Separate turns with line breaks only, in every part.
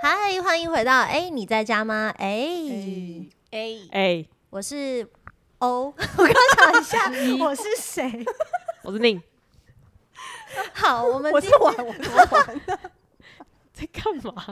嗨，欢迎回到哎、你在家吗？哎、
哎，
哎，
我是哦 O，我刚想一下我是 谁？
我是宁，
好，我们
我
今
是玩，我是玩，
在干嘛？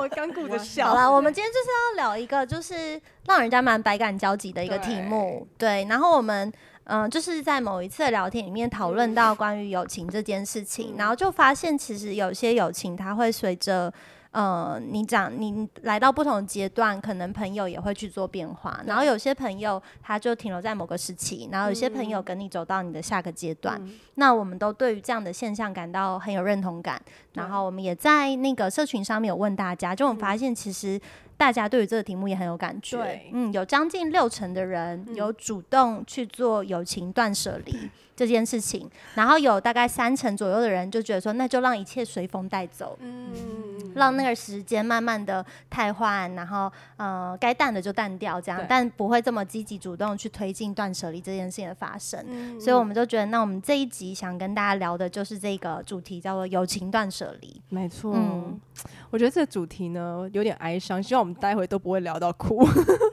我刚顾着笑。
好了，我们今天就是要聊一个，就是让人家蛮百感交集的一个题目。对，然后我们嗯、呃就是在某一次的聊天里面讨论到关于友情这件事情，然后就发现其实有些友情它会随着。呃，你长你来到不同阶段，可能朋友也会去做变化。然后有些朋友他就停留在某个时期，然后有些朋友跟你走到你的下个阶段。那我们都对于这样的现象感到很有认同感。然后我们也在那个社群上面有问大家，就我们发现其实大家对于这个题目也很有感觉
对。嗯
嗯，有将近六成的人有主动去做友情断舍离这件事 情，然后有大概三成左右的人就觉得说，那就让一切随风带走。
嗯，
让那个时间慢慢的汰换，然后呃，该淡的就淡掉，这样
对，
但不会这么积极主动去推进断舍离这件事情的发生。
嗯
所以我们就觉得，那我们这一集想跟大家聊的就是这个主题，叫做友情断舍离。
没错
嗯，
我觉得这主题呢有点哀伤，希望我们待会都不会聊到哭。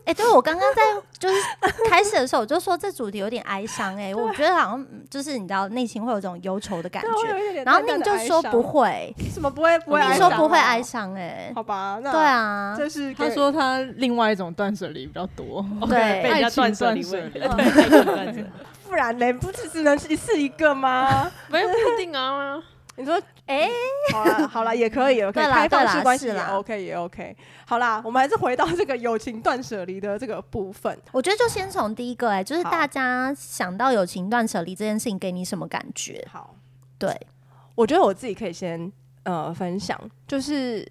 哎、对我刚刚在就是 开始的时候，我就说这主题有点哀伤、哎，我觉得好像嗯就是你知道，内心会有一种忧愁的 感
对我有
觉。
一点
然后
淡淡
宁
的
就
哀
说
伤
不，会，
什么不会不会，
宁
哀
说
伤
不会哀伤、
伤
哎
哦，，好吧？那
对，啊，
这是
他
给
说他另外一种断舍离比较 多，
对
被人家断舍离，
爱情断舍离
对，爱情断舍离，
不然嘞，不是只能一次一个吗？
没有不一定啊。
你说
哎、
好啦，好啦，也可 以，也可以
对啦
开放
对
式
啦
关系
是
也
啦
OK，也 OK。好啦，我们还是回到这个友情断舍离的这个部分。
我觉得就先从第一个、哎，就是
好
大家想到友情断舍离这件事情，给你什么感觉？
好，
对，
我觉得我自己可以先呃分享，就是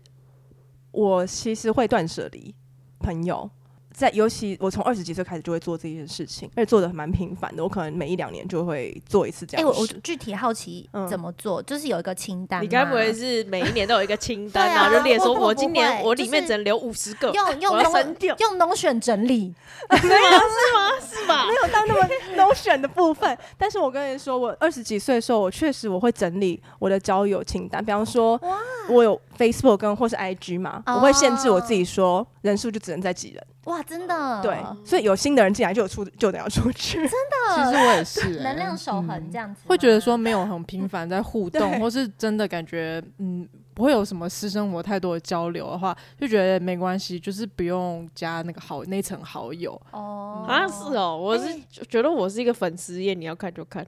我其实会断舍离朋友，在尤其我从二十几岁开始就会做这件事情，而且做的蛮频繁的，我可能每一两年就会做一次这
哎、
样
我
的
我
事。
具体好奇
嗯
怎么做，就是有一个清单吗，
你该不会是每一年都有一个清单，
对啊
然后就列说
我
我
我
今
不
年
会
我里面
就是
只能留五十个，
用用
我要
农
删掉，
用农选整理，
没有是吗？是吧？
没有到那么 no 选的部分，但是我跟你说，我二十几岁的时候，我确实我会整理我的交友清单，比方说，我有 Facebook 跟或是 IG 嘛，我会限制我自己说人数就只能在几人，
哇，真的，
对，所以有新的人进来就有出就得要出去，
其实我也是、欸，
呃能量守恒这样
嗯
子吗，
会觉得说没有很频繁在互
对
动，或是真的感觉嗯不会有什么私生活太多的交流的话，就觉得没关系，就是不用加那个好那层好 友。
哦，
啊，是哦，我是觉得我是一个粉丝页，你要看就看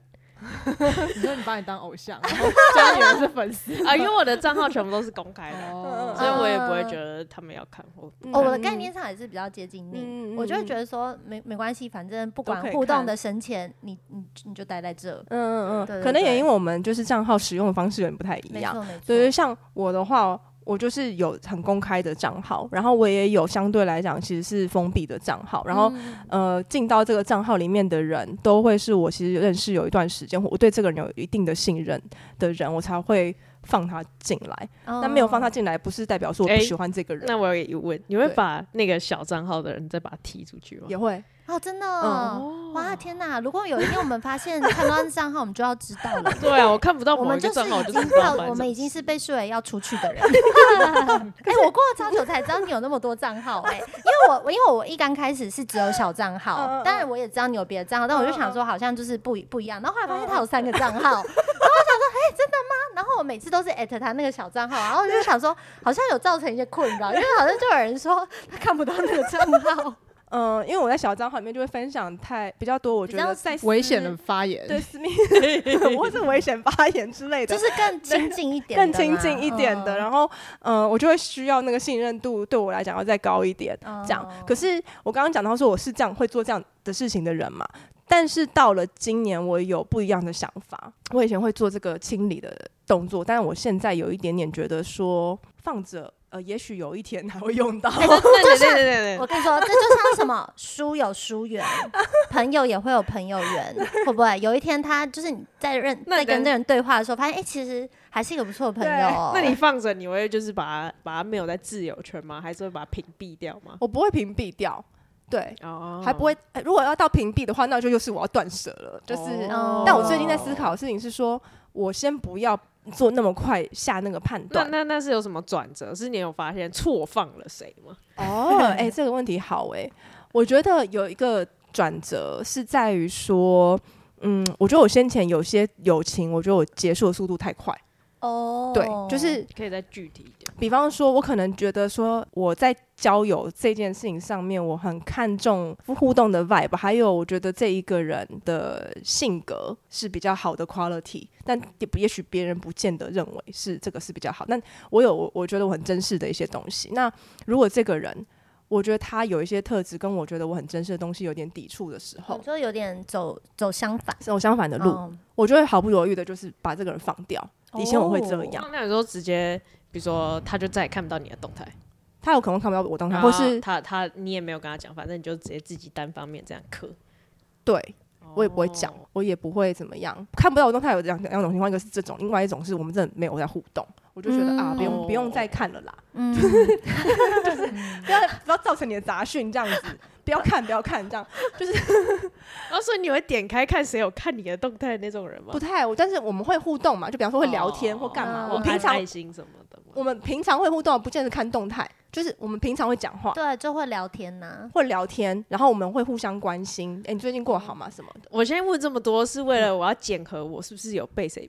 你说你把你当偶像，然后 虽然你们是粉丝，
啊，因为我的账号全部都是公开的，
哦
所以我也不会觉得他们要看我。
嗯
哦，我的概念上也是比较接近你。
嗯，嗯
我就会觉，得说没没关系，反正不管
都可以
互动
看
的深浅，你你你就待在这，
嗯嗯
对
嗯，
对
可能也
对
因为我们就是账号使用的方式有点不太一
没
样，
错没错。
对，就像我的话。我就是有很公开的账号，然后我也有相对来讲其实是封闭的账号，然后
嗯
呃，进到这个账号里面的人都会是我其实认识有一段时间，或我对这个人有一定的信任的人，我才会放他进来。
哦
但没有放他，进来，不是代表说我
哎
不喜欢这个人，
嗯
那我有个疑问，你会
对
把那个小账号的人再把他踢出去吗？
也会。
哦，哦真的哦，
嗯
哇天哪！如果有一天我们发现 看到账号，我们就要知道了。
对啊，我看不到
我
某
们
一个
就是
账号，我
已
就
经
知道
到
发生什，么
我们已经
事
是被视为要出去的人。哎、我过了超久才知道你有那么多账号哎、因为我我因为我一刚开始是只有小账
嗯
号，
嗯
当然我也知道你有别的账号，但
嗯
我就想说好像就是不一不一样，然后后来发现他有三个 账号，然后我想说哎、真的吗？然后我每次都是艾特他那个小账号，然后我就 想说好像有造成一些困扰，因为好像就有人说他看不到那个账号，
嗯、因为我在小账号里面就会分享太比较 多，我觉
比较
得在私
危险的发言，
对私密 或是危险发言之类的
就。是更亲近一点的嗯
更
嘛，
亲近一点的，然后，呃，我就会需要那个信任度对我来讲要再高一点。
后
这样。可是我刚刚讲到说我是这样会做这样的事情的人嘛，但是到了今年我有不一样的想法。我以前会做这个清理的动作，但是我现在有一点点觉得说放着，呃，也许有一天还 会用到。
对对对对对
我跟你说，这就像什么书有书 缘，朋友也会有朋友缘，会不会有一天他就是你在认
那
在跟
人
那人对话的时候，发现哎、诶其实还是一个不错的朋友哦、
那 你放着，你会就是把它把它没有在自由圈吗？还是会把它屏蔽掉吗？
我不会屏蔽掉，
嗯
对，
哦
还不会。呃如果要到屏蔽的话，那就又是我要断舍了，就是。
哦
但我最近在思考的事情是说，我先不要做那么快下那个判
那
断。
那那是有什么转折？是你有发现错放了谁吗？
哦，哎、这个问题好哎、我觉得有一个转折是在于说，嗯，我觉得我先前有些友情，我觉得我结束的速度太快。
哦，
对，就是
可以再具体一点。
比方说，我可能觉得说我在交友这件事情上面，我很看重呃互动的 vibe，还有我觉得这一个人的性格是比较好的 quality，但也也许别人不见得认为是这个是比较好，但我有我我觉得我很珍视的一些东西。那如果这个人，我觉得他有一些特质跟我觉得我很珍视的东西有点抵触的时候
你，说有点走走相反
走相反的路，
嗯哦
我就会毫不犹豫的，就是把这个人放掉。以前我会这
哦
样，
那有时候直接，比如说他就再也看不到你的动态，
他有可能看不到我当他，
啊
嗯
然
或
后
是
他他你也没有跟他讲，反正你就直接自己单方面这样磕。
对，我也不会讲，我也不会怎么样，看不到我动态有两两种情况，一个是这种，另外一种是我们真的没有在互动，我就觉得、啊，
嗯
不用不用再看了啦，
嗯，
不要不要造成你的杂讯这样子，不要看不要看这样，
然后哦所以你会点开看谁有看你的动态的那种人吗？
不太，但是我们会互动嘛，就比方说会聊天或干
嗯
嘛，我
嗯
平常
按哦爱心什么的吗。
我们平常会互动，不见得看动态，就是我们平常会讲话。
对，啊就会聊天呐、
会聊天，然后我们会互相关心。哎、你最近过得好吗？什么的，
我现在问这么多是为了我要检核我是不是有被谁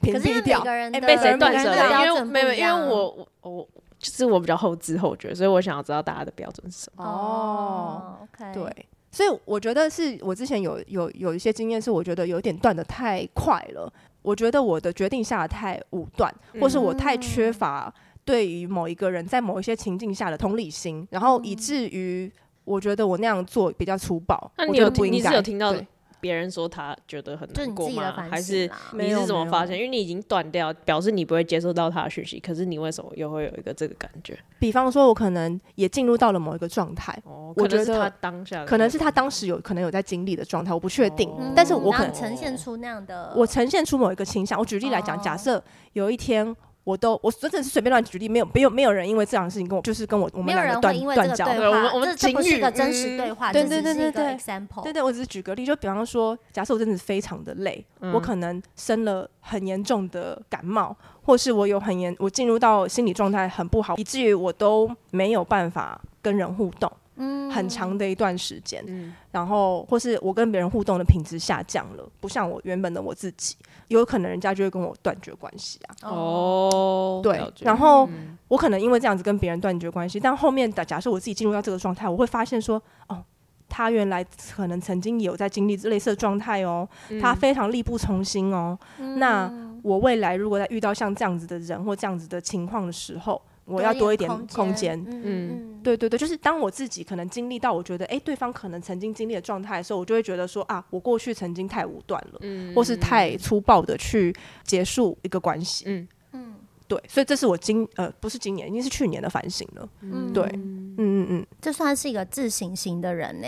屏
可是因为
蔽
每
掉。
个人
哎
的
被
被
谁
谁
断
断
舍
舍
离
离，
标
因为
准不
没有，
一
因为
样
我我我就是我比较后知后觉，所以我想要知道大家的标准是什么。
哦，
o k，
对，所以我觉得是我之前有有有一些经验，是我觉得有点断的太快了。我觉得我的决定下的太武断，或是我太缺
嗯
乏对于某一个人在某一些情境下的同理心，然后
嗯
以至于我觉得我那样做比较粗暴。
那
我
你
觉
有
得不
听你
应
是
该
有听到
对
别人说他觉得很
就
难
你
过
自己的
吗？
反
还
省
是
啦。
没
你
有
是怎么
没有
发现？因为你已经断掉，表示你不会接受到他的讯息，可是你为什么又会有一个这个感觉？
比方说，我可能也进入到了某一个状态，
哦，
我
可能
觉
是
得
他当下的那个，
可能是他当时有可能有在经历的状态，我不确定。
嗯
但是我
然
可
后
能
你呈现出那样的，
我呈现出某一个倾向。我举例来讲，
哦
假设有一天我都我真的是随便乱举例，没有没有没有人因为这样的事情跟我就是跟我我
没
们
有
两个
人
断
会因为这
断
个
交。
对
对我们
话，
我们
这这不
情
是一个
侣
真实
嗯
对话，
对
这
对
只
对
是一
对
个
对
example，
对对，我只是举个例，就比方说，假设我真的是非常的累，我
嗯
可能生了很严重的感冒，或是我有很严，我进入到心理状态很不好，以至于我都没有办法跟人互动，
嗯
很长的一段时间。
嗯
然后或是我跟别人互动的品质下降了，不像我原本的我自己，有可能人家就会跟我断绝关系啊。
哦，
对
了，解
然后我可能因为这样子跟别人断绝关系，但后面的假设我自己进入到这个状态，我会发现说，哦，他原来可能曾经也有在经历类似的状态哦，他非常力不从心哦。
嗯
那我未来如果再遇到像这样子的人或这样子的情况的时候，我要多一点空间。
嗯嗯，
对对对，就是当我自己可能经历到我觉得，哎，对方可能曾经经历的状态的时候，我就会觉得说啊，我过去曾经太武断了，
嗯
或是太粗暴的去结束一个关系。
嗯
嗯
对，所以这是我今呃不是今年，已经是去年的反省了。
嗯
对，嗯嗯嗯，
这算是一个自省型的人呢、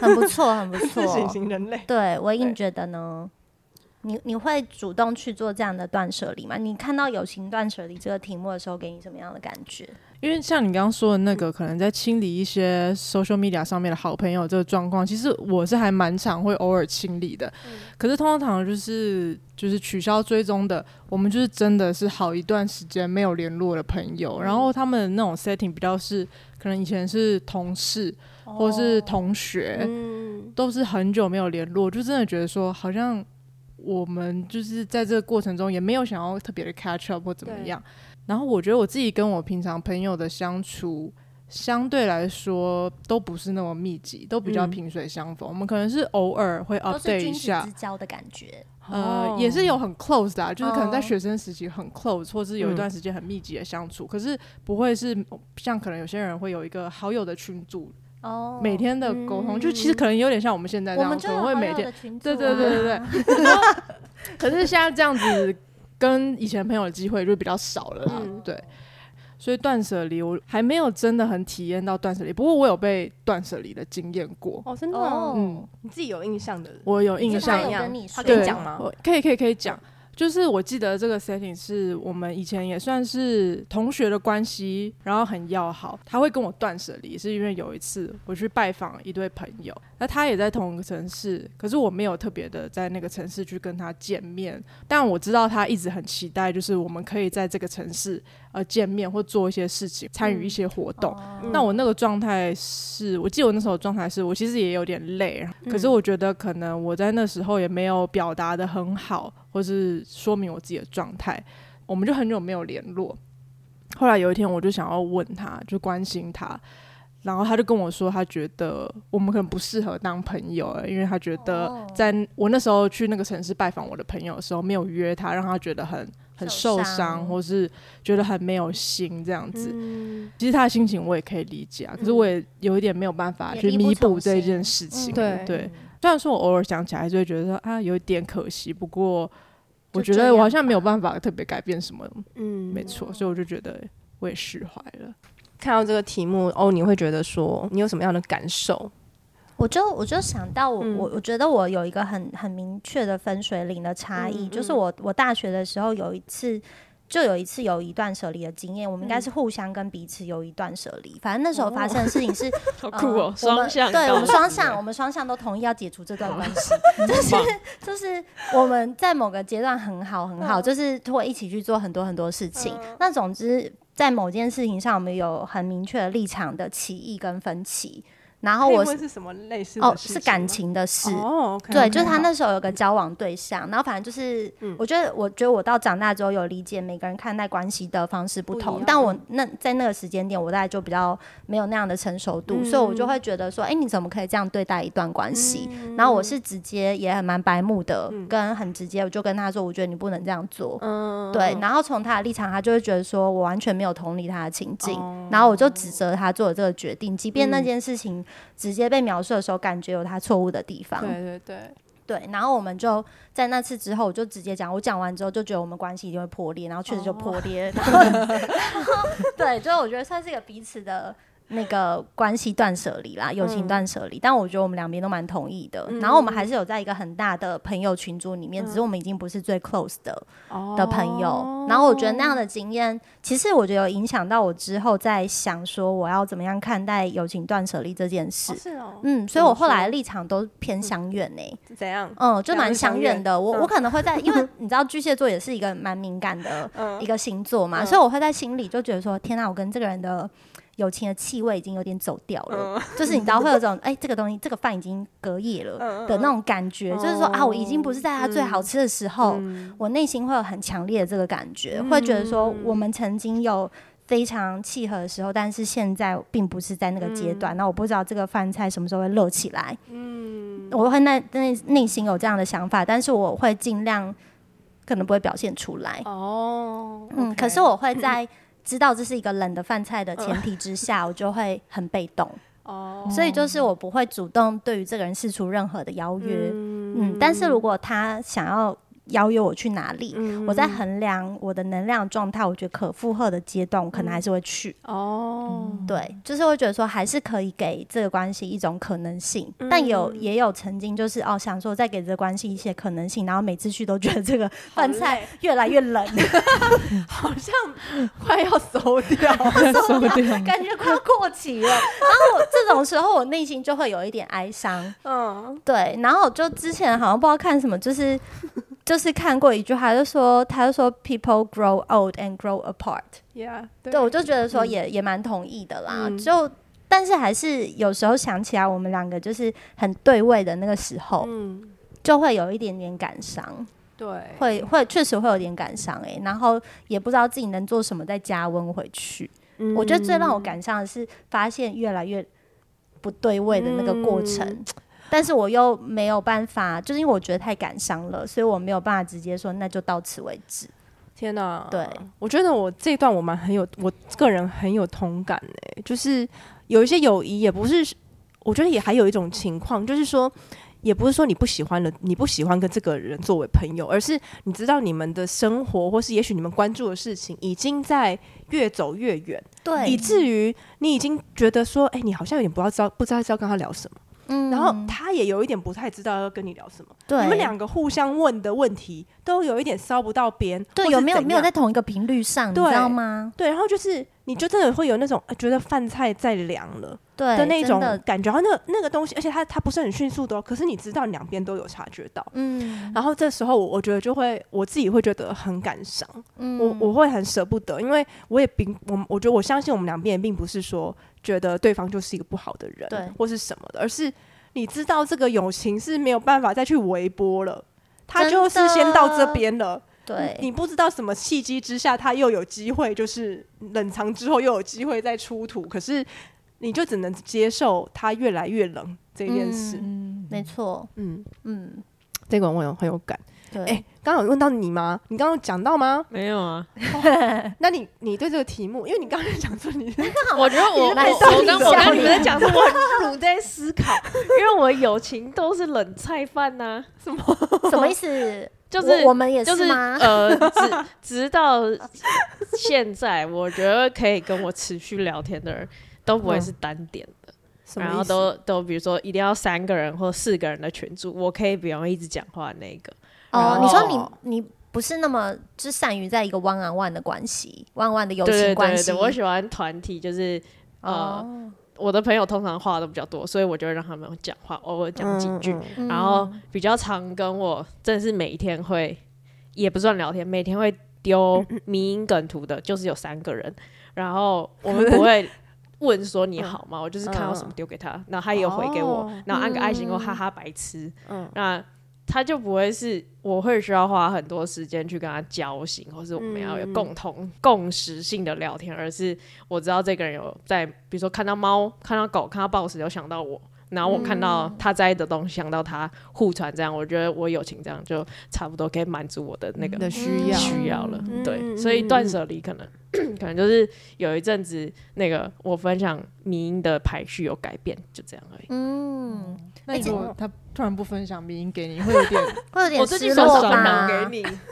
很不 错，很不
自省
错。
型人类。
对，我
对
硬觉得呢，你你会主动去做这样的断舍离吗？你看到友情断舍离这个题目的时候，给你什么样的感觉？
因为像你刚刚说的那个，可能在清理一些 social media 上面的好朋友这个状况，其实我是还蛮常会偶尔清理的。可是通常就是就是取消追踪的，我们就是真的是好一段时间没有联络的朋友，然后他们那种 setting 比较是可能以前是同事或
哦
是同学，
嗯，
都是很久没有联络，就真的觉得说好像我们就是在这个过程中也没有想要特别的 catch up 或怎么样。然后我觉得我自己跟我平常朋友的相处。相对来说都不是那么密集，都比较
嗯
萍水相逢。我们可能是偶尔会
都是
update
君
啊一
子
下
之，交的感觉。
呃，也是有很 close 的、啊，就是可能在
哦嗯
学生时期很 close，或是有一段时间很密集的相处，可是不会是像可能有些人会有一个好友的群组，
哦，嗯
每天的沟通，就其实可能有点像我们现在这
我
样，
们
可
就
能
有
会
好
每
友
天
的群组、
对
啊，
对对对对。 可是现在这样子跟以前朋友的机会就比较少了啦，
嗯
对。所以断舍离，我还没有真的很体验到断舍离，不过我有被断舍离的经验过。
哦，真的哦，
哦，
嗯，
你自己有印象的，
我有
是
印
他
象
有，跟你说
他跟你讲吗
我可以可以可以讲，就是我记得这个 setting 是我们以前也算是同学的关系，然后很要好。他会跟我断舍离，是因为有一次我去拜访一对朋友，那他也在同一个城市，可是我没有特别的在那个城市去跟他见面，但我知道他一直很期待，就是我们可以在这个城市呃见面或做一些事情，参
嗯
与一些活动。
哦
那我那个状态是，我记得我那时候的状态是我其实也有点累，可是我觉得可能我在那时候也没有表达的很好，或是说明我自己的状态，我们就很久没有联络。后来有一天，我就想要问他，就关心他，然后他就跟我说，他觉得我们可能不适合当朋友了，因为他觉得
哦
在我那时候去那个城市拜访我的朋友的时候，没有约他，让他觉得很很
受
受
伤
伤，或是觉得很没有心这样子。
嗯，
其实他的心情我也可以理解啊，可是我也有一点没有办法
也
去
力不
弥
从
补这
心
件事情。
嗯
对
对，虽然说我偶尔想起来还是会觉得说啊有一点可惜，不过我
就
觉
这
得我好
样
像没有
吧
办法特别改变什么，
嗯
没错，所以我就觉得我也释怀了。
看到这个题目，哦，你会觉得说你有什么样的感受？
我就我就想到我、
嗯
我我觉得我有一个很很明确的分水岭的差异，
嗯嗯
就是我我大学的时候有一次。就有一次有一段舍离的经验，我们应
嗯
该是互相跟彼此有一段舍离。反正那时候发生的事情 是，
好
呃
哦酷
我
哦
们，
双向
对
道
我们双向，
路
我们双向都同意要解除这段关 系。
很棒
就是我们在某个阶段很好很
嗯
好，就是会一起去做很多很多事情。那总之，在某件事情上，我们有很明确的立场的歧义跟分歧。然后我
可以问
是
是什么类似
哦，
的事
是
情
感
吗
情的事。
哦，OK，
对，
OK，
就是他
好
那时候有个交往对象，然后反正就是，
嗯
我觉得，我觉得我到长大之后有理解每个人看待关系的方式不
不一
同
样，
但我那在那个时间点，我大概就比较没有那样的成熟度，所以我就
嗯
会觉得说，哎、你怎么可以这样对待一段关系？然后我是直接也很蛮白目的，跟很直接，我就跟他说，我觉得你不能这样做。
嗯
对，然后从他的立场，他就会觉得说我完全没有同理他的情境，
哦
然后我就指责他做了这个决定，即
嗯
便那件事情直接被描述的时候，感觉有他错误的地方。
对对对，
对，然后我们就在那次之后，我就直接讲，我讲完之后就觉得我们关系一定会破裂，然后确实就破裂。 然后，对，就是我觉得算是一个彼此的那个关系断舍离啦，友情断舍离。但我觉得我们两边都蛮同意的。然后我们还是有在一个很大的朋友群组里面，只是我们已经不是最 close 的的朋友。然后我觉得那样的经验，其实我觉得有影响到我之后在想说我要怎么样看待友情断舍离这件事
哦。是哦，
嗯，所以
怎么
我后来
说
立场都偏相远呢、
怎样？
嗯，就
两
蛮
个相
相远
远
的。我、
嗯
我可能会 在，因为你知道巨蟹座也是一个蛮敏感的
嗯
一个星座嘛，
嗯
所以我会在心里就觉得说，天哪、我跟这个人的友情的气味已经有点走掉了，
嗯
就是你知道会有种哎、这个东西这个饭已经隔夜了
嗯
的那种感觉，就是说啊，我已经不是在它最
哦
好吃的时候，
嗯
我内心会有很强烈的这个感觉，会觉得说我们曾经有。非常契合的时候，但是现在并不是在那个阶段。
嗯
那、我不知道这个饭菜什么时候会热起来，我会内内内心有这样的想法，但是我会尽量，可能不会表现出来。
哦，
嗯，可是我会在知道这是一个冷的饭菜的前提之下，我就会很被动。
哦，
所以就是我不会主动对于这个人示出任何的邀约。嗯但是如果他想要邀约我去哪里，
嗯
我在衡量我的能量状态，我觉得可负荷的阶段，我
嗯
可能还是会去。
哦，
对，就是会觉得说还是可以给这个关系一种可能性，但有也有曾经就是哦想说再给这个关系一些可能性，然后每次去都觉得这个饭菜越来越冷，
好像快要收 掉，
收掉
感觉快要过期了。然后我这种时候我内心就会有一点哀伤，
嗯，
对。然后我就之前好像不知道看什么，就是就是看过一句话，就说他就说 people grow old and grow apart。
呀，
对，我就觉得说也、也蛮同意的啦。
嗯
就但是还是有时候想起来，我们两个就是很对位的那个时候，
嗯，
就会有一点点感伤，
对，
会会确实会有点感伤诶、然后也不知道自己能做什么再加温回去。
嗯
我觉得最让我感伤的是发现越来越不对位的那个
嗯
过程。但是我又没有办法，就是因为我觉得太感伤了，所以我没有办法直接说那就到此为止。
天哪！
对，
我觉得我这一段我蛮很有，我个人很有同感诶、就是有一些友谊也不是，我觉得也还有一种情况，就是说。也不是说你不喜欢了，你不喜欢跟这个人作为朋友，而是你知道你们的生活，或是也许你们关注的事情，已经在越走越远，
对
以至于你已经觉得说，哎、你好像有点不知道不知道要跟他聊什么。
嗯
然后他也有一点不太知道要跟你聊什么。
对
你们两个互相问的问题都有一点烧不到边，
对
或是
有没有
怎
没有
样
在同一个频率上，你知
对
道吗？
对，然后就是你就真的会有那种、呃觉得饭菜在凉了
对
的那
真
种
的
感觉，然后那那个东西，而且它它不是很迅速的哦，可是你知道两边都有察觉到。
嗯
然后这时候我我觉得就会我自己会觉得很感伤，
嗯
我我会很舍不得，因为我也并我我觉得我相信我们两边也并不是说觉得对方就是一个不好的人，
对
或是什么的，而是你知道这个友情是没有办法再去微波了，他
真
就是
的
先到这边了，
对
你不知道什么契机之下他又有机会，就是冷藏之后又有机会再出土，可是你就只能接受他越来越冷这件事，
没错，
嗯，
嗯，
这个我有很有感。
对，
哎、刚刚有问到你吗？你刚刚有讲到吗？
没有啊，
那你你对这个题目，因为你刚刚讲说你 是
我觉得我我
来送
我
你
刚
小
我刚
礼
你们在讲什 么，我很努在思考，因为我友情都是冷菜饭呐、
什么意 思？
就是
我我们也
就是
吗？
呃，直直到现在，我觉得可以跟我持续聊天的人都不会是单点的，
嗯什么意思
然后都都比如说一定要三个人或四个人的群组，我可以不用一直讲话的那个，
哦，
然
你说
后
你你不是那么就善于在一个 one on one 的关系，one on one 的友
对对
情
对
关
对
系
对，，我喜欢团体，就是呃，
哦，
我的朋友通常话都比较多，所以我就会让他们讲话，偶尔讲几句，
嗯
嗯
嗯
然后比较常跟我，真的是每一天会，也不算聊天，每天会丢迷音梗图的，就是有三个人，然后我们不会问说你好吗？我就是看到什么丢给他，然后他也有回给我
哦，
然后按个爱心或哈哈白痴，那他就不会是我会需要花很多时间去跟他交心，或是我们要有共同共识性的聊天，而是我知道这个人有在，比如说看到猫、看到狗、看到报纸，有想到我。然后我看到他在意的东西，想到他互传，这样我觉得我友情这样就差不多可以满足我的嗯那个
的需要，
需要了。
嗯
对，
嗯
所以
嗯
断舍离可能 可能就是有一阵子那个我分享迷音的排序有改变，就这样而已。
嗯，
那你如果他突然不分享迷音给你，会有 点
会有
我
点
最近
失
手
落
分享
吧？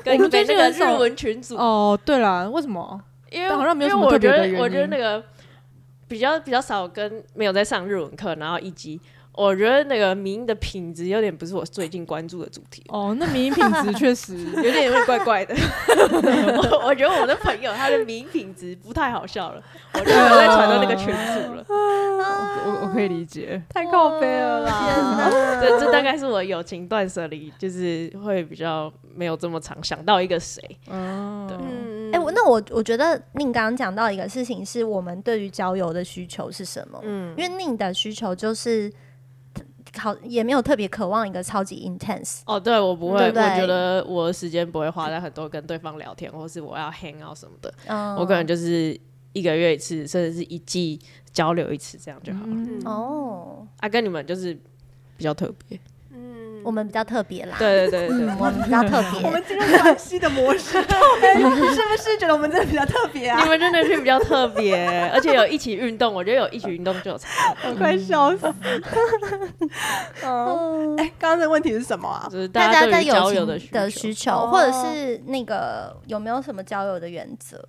给你，
我们最
跟
近
那个
很
日
少
文群组，
哦。对啦，为什么？
因为
但好像没有
因为
什么
我
特别
觉
的
得
原
我觉得
因
那个比较比较少跟没有在上日文课，然后以及我觉得那个迷音的品质有点不是我最近关注的主题。
哦，那迷音品质确实
有点有点怪 怪的。我我觉得我的朋友他的名品质不太好笑了， 我就不再传到那个群组了。
呃哦我我可以理解。
太靠背了
天
啦。
哪，
这这大概是我友情断舍离，就是会比较没有这么常想到一个谁。
哦，
对
嗯，
哎，我那我我觉得宁刚刚讲到一个事情，是我们对于交友的需求是什么？
嗯
因为宁的需求就是好，也没有特别渴望一个超级 intense。
哦，对我不会，
对不对
我觉得我的时间不会花在很多跟对方聊天，或是我要 hang out 什么的。
嗯，
我可能就是一个月一次，甚至是一季交流一次这样就
嗯
好了。
嗯
哦，
啊，跟你们就是比较特别。哦
我们比较特别啦。
嗯对对对对，
嗯，我们比较 特别。
嗯我们进入关系的模式， 靠背是不是觉得我们真的比较特别啊
你？们真的是比较特别，而且有一起运动，我觉得有一起运动就有差
我快笑死。嗯，
嗯
哎，刚刚的问题是什么啊？
就是大
大家
家对
在
于交友
友
的
情的需
求。
求，
哦
或者是那个有没有什么交友的原则？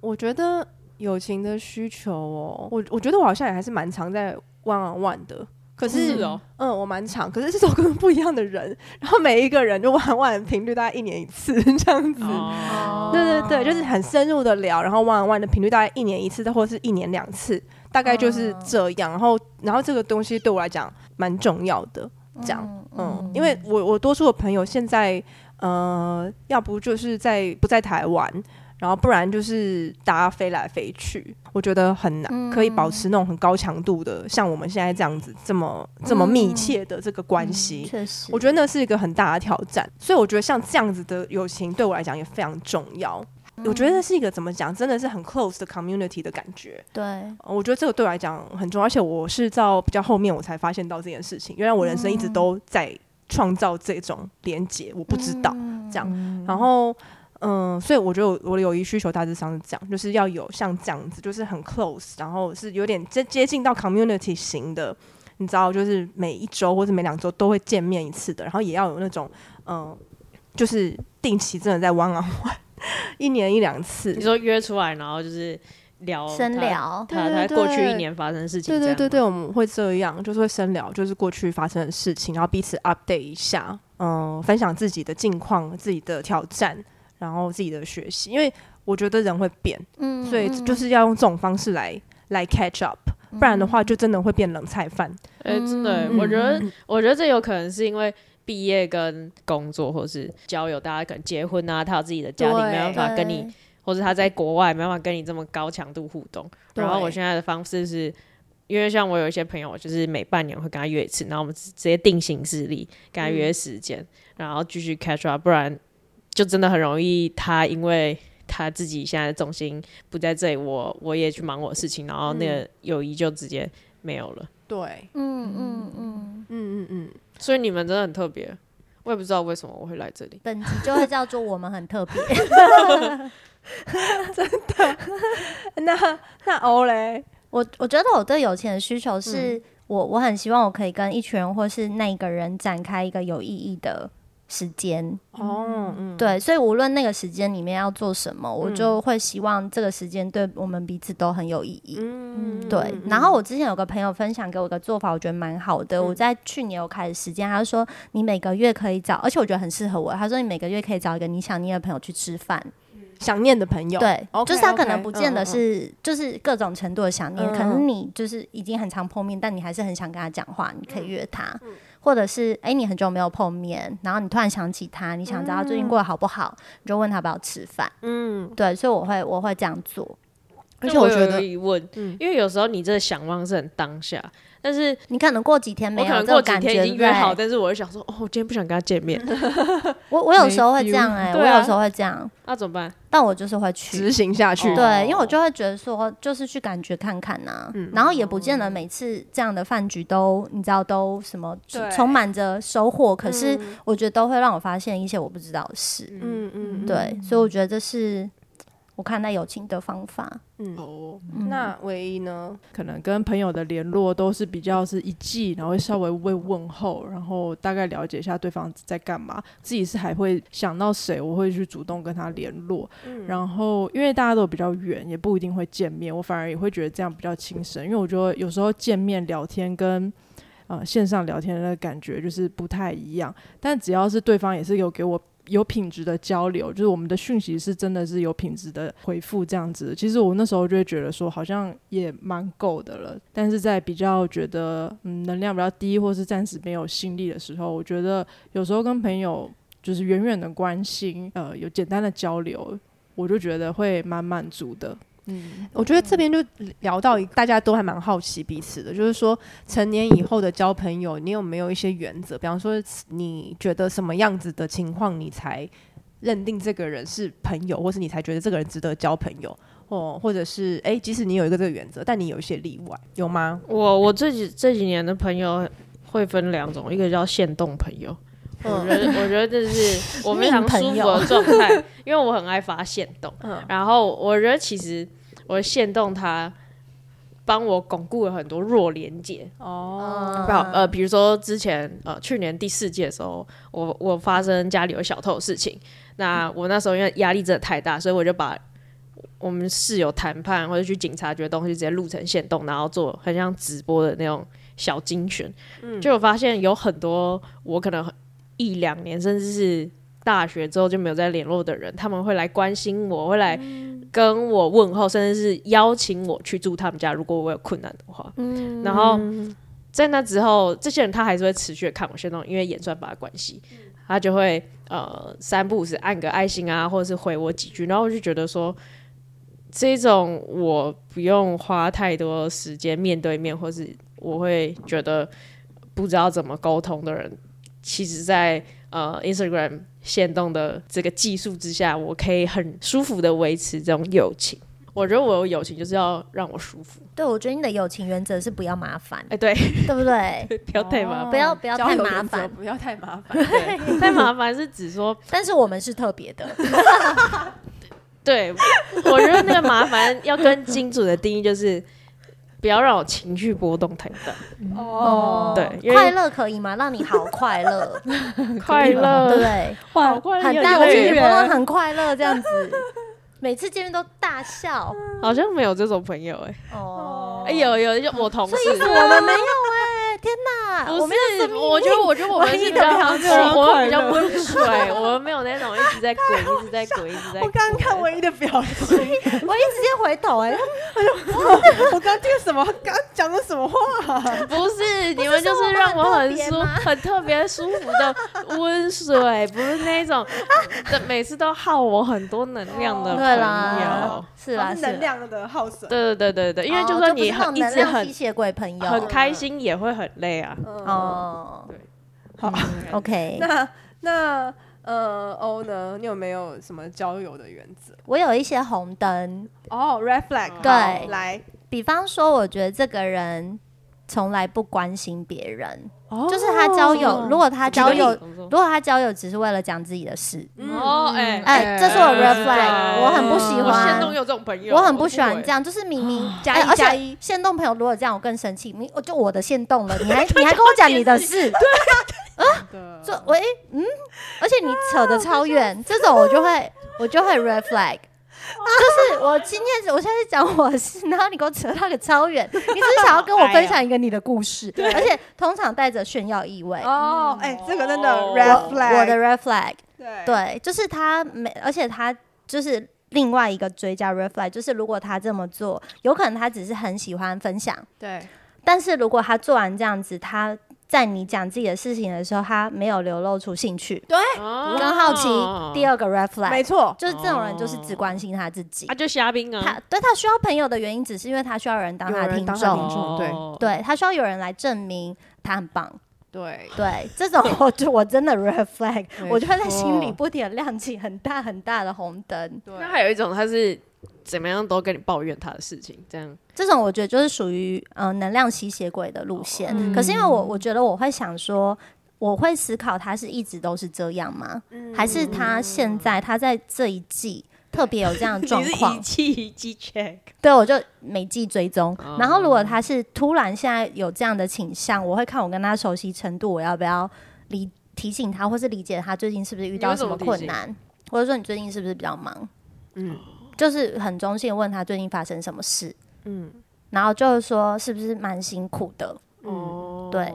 我觉得友情的需求哦，我我觉得我好像也还是蛮常在 one on one 的，可是
是哦，
嗯，我蛮常，可是是我跟不一样的人， 然后每一个人就 one on one 的频率大概一年一次 这样
嗯
子。
哦
对对对，就是很深入的聊，然后 one on one 的频率大概一年一次，或者是一年两次，大概就是这样。然后，然后这个东西对我来讲蛮重要的，这样。
哦
嗯，因为我我多数的朋友现在，呃，要不就是在不在台湾，然后不然就是大家飞来飞去，我觉得很难可以
嗯
保持那种很高强度的，像我们现在这样子这么这么密切的这个关系。
嗯确实，
我觉得那是一个很大的挑战，所以我觉得像这样子的友情对我来讲也非常重要。
嗯
我觉得那是一个怎么讲，真的是很 close 的 community 的感觉。
对，
呃我觉得这个对我来讲很重要，而且我是到比较后面我才发现到这件事情，原来我人生一直都在创造这种连接，我不知道。这样然后，嗯、所以我觉得我我的友谊需求大致上是这样，就是要有像这样子，就是很 close，然后是有点接接近到 community 型的，你知道，就是每一周或者每两周都会见面一次的，然后也要有那种，嗯、就是定期真的在 one on one，一年一两次
你，说约出来，然后就是聊
深
哦他
聊，
他
对对
他过去一
对
年发生的事情
对对
这样吗，
对对，我们会这样，就是会深聊，就是过去发生的事情，然后彼此 update 一下，嗯、分享自己的近况、自己的挑战，然后自己的学习，因为我觉得人会变，
嗯，
所以
嗯
就，是要用这种方式来来 catch up，不然的话就真的会变冷菜饭。
哎、真的欸、
嗯
我觉得，我觉得这有可能是因为毕业跟工作，或是交友，大家可能结婚啊，他有自己的家庭，
对
没办法跟你
对，
或者他在国外没办法跟你这么高强度互动。
对
然后我现在的方式是，因为像我有一些朋友，我就是每半年会跟他约一次，然后我们直接定行事历，跟他约时间，然后继续 catch up，不然就真的很容易他因为。他自己现在的重心不在这里，我我也去忙我的事情，然后那个友谊就直接没有了。
对，
嗯嗯嗯，
嗯嗯嗯，
所以你们真的很特别，我也不知道为什么我会来这里。
本集就会叫做我们很特别，
那 那欧嘞，
我我觉得我对有钱的需求是、
嗯
我我很希望我可以跟一群人或是那一个人展开一个有意义的时间，
哦，嗯，
对，所以无论那个时间里面要做什么，我就会希望这个时间对我们彼此都很有意义。
嗯
对，然后我之前有个朋友分享给我一个做法，我觉得蛮好的。
嗯
我在去年有开始实践，他说你每个月可以找，而且我觉得很适合我。他说你每个月可以找一个你想念的朋友去吃饭，
想念的朋友，
对
OK，
就是他可
OK，
能不见
嗯
得是、就是各种程度的想念，
嗯
可能你就是已经很常碰面，但你还是很想跟他讲话，你
嗯
可以约他，或者是哎、诶你很久没有碰面，然后你突然想起他，你想知道他最
嗯
近过得好不好，你就问他要不要吃饭，
嗯，
对，所以我会我会这样做。
而
但
且我觉
有一个
得
疑问，
嗯
因为有时候你这个想望是很当下，但是
你可能过几天没
我
有
可能
这
过
种
几
感
天
觉，
已经约
对不
好，
对
但是我就想说，哦，我今天不想跟他见面，
我我有时候会这样哎、
feel
我
对啊
有时候会这样，
那怎么办？
但我就是会去
执行下去，
哦
对，因为我就会觉得说，就是去感觉看看呐、
嗯
然后也不见得每次这样的饭局都，你知道都什么
对
充满着收获，可是我觉得都会让我发现一些我不知道的事，
嗯，
嗯嗯，
对，所以我觉得这是我看待友情的方法。
嗯，
哦，
嗯
那唯一呢？
可能跟朋友的联络都是比较是一季，然后会稍微会问候，然后大概了解一下对方在干嘛。自己是还会想到谁，我会去主动跟他联络。然后因为大家都比较远，也不一定会见面，我反而也会觉得这样比较轻省，因为我觉得有时候见面聊天跟呃线上聊天的那个感觉就是不太一样。但只要是对方也是有给我有品质的交流，就是我们的讯息是真的是有品质的回复这样子。其实我那时候就会觉得说，好像也蛮够的了。但是在比较觉得嗯能量比较低，或是暂时没有心力的时候，我觉得有时候跟朋友就是远远的关心，呃，有简单的交流，我就觉得会蛮满足的。嗯，
我觉得这边就聊到一大家都还蛮好奇彼此的，就是说成年以后的交朋友，你有没有一些原则？比方说，你觉得什么样子的情况你才认定这个人是朋友，或是你才觉得这个人值得交朋友？哦，或者是诶，即使你有一个这个原则，但你有一些例外，有吗？
我我这几这几年的朋友会分两种，一个叫限动朋友。我觉得，我觉得这是我非常舒服的状态，因为我很爱发现动。然后我觉得其实我的限动它帮我巩固了很多弱连接，
哦
不好，呃，比如说之前呃，去年第四届的时候，我我发生家里有小偷的事情，那我那时候因为压力真的太大，所以我就把我们室友谈判或者去警察局的东西直接录成线动，然后做很像直播的那种小精选，就我发现有很多我可能一两年甚至是。大学之后就没有再联络的人，他们会来关心我，会来跟我问候，甚至是邀请我去住他们家，如果我有困难的话。
嗯
然后在那之后，这些人他还是会持续的看我行动，因为演算法的关系，他就会呃三不五时按个爱心啊，或者是回我几句，然后我就觉得说，这种我不用花太多时间面对面，或是我会觉得不知道怎么沟通的人，其实在呃 Instagram 限动的这个技术之下，我可以很舒服的维持这种友情。我觉得我有友情就是要让我舒服，
对，我觉得你的友情原则是不要麻 烦
哎、，对，
对不对？
不要太麻烦。
哦不要不要
嗯交
太
友
麻
原则
烦，
不要太麻烦。
对，太麻烦是指说，
但是我们是特别的，
对我觉得那个麻烦要跟金主的定义就是，不要让我情绪波动太大。
哦
对因为
快 乐可以吗？让你好快乐，
快
对不
乐，
对？
哇，快乐
很
有
大，我
点
觉得
远
活动很快乐这样子。每次见面都大笑
好像没有这种朋友哎、
哦。
哎有有就我同事
所。以我们没有哎、天哪，我
不
们要
是，我觉得，我觉得我们是比较，
我一点都
没有
我们比
快乐
较温水，我们没有那种一直在滚，一直在滚，一直在滚。
我刚刚看唯一的表 情，
我一直接回头哎、
我刚听什么？刚讲了什么话？
不是，你们就是让我很舒很特别舒服的温水，不是那种的每次都耗我很多能量的朋
对啦
友。，
是啦，是
能
啦，
量的耗损。
对对对对对，因为
哦
就算
不是
你
那种
很一
能
直
量
很
吸血鬼朋友
很开心，也会很累啊。
哦，
哦嗯
对，
好，
OK，
那那呃欧呢？你有没有什么交友的原则？
我有一些红灯，
哦，red flag，
对
好来，
比方说，我觉得这个人从来不关心别人，
哦
就是他交友，如果他交友，
怎么说
如果他交友只是为了讲自己的事，
哦，哎
嗯哎这是我 red flag，
哎
我很不喜欢
我现动有这种朋友，
我很不喜欢
会
这。样，就是明明
加
哎
一
而
加
且限动朋友如果这样，我更生气。你我就我的限动了，你还你还跟我讲你的事，啊
的
就喂嗯，而且你扯得超远，这种我就会我就会 red flag。就是我今天，我现在讲我的事，然后你给我扯那个超远，你只是想要跟我分享一个你的故事，而且通常带着炫耀意味。
哦，哎，这个真的
哦
我
red flag，
我的 red flag，
对
对，就是他没，而且他就是另外一个追加 red flag，就是如果他这么做，有可能他只是很喜欢分享，
对
但是如果他做完这样子，他在你讲自己的事情的时候，他没有流露出兴趣
对，
哦
跟好奇，第二个 red
没
flag，
错，哦
就是这种人就是只关心他自己
啊，，就虾兵啊，
他对他需要朋友的原因，只是因为他需要有人当
有
他的
人
听
当他
众
听。众对
哦，
对他需要有人来证明他很棒，
对，
对这种我就我真的 red flag，
没
我就会在心里
错
不停地亮起很大很大的红灯。
那
对，
还有一种，他是怎么样都跟你抱怨他的事情，这 样？
这种我觉得就是属于呃能量吸血鬼的路线。
嗯
可是因为我我觉得我会想说，我会思考他是一直都是这样吗？还是他现在他在这一季特别有这样的状况
气一气 check，
对，我就每季追踪。
哦
然后如果他是突然现在有这样的倾向，我会看我跟他熟悉程度，我要不要理提醒他，或是理解他最近是不是遇到什么困难，或者说你最近是不是比较忙？
嗯
就是很中性地问他最近发生什么事。
嗯，
然后就是说是不是蛮辛苦的，
哦
对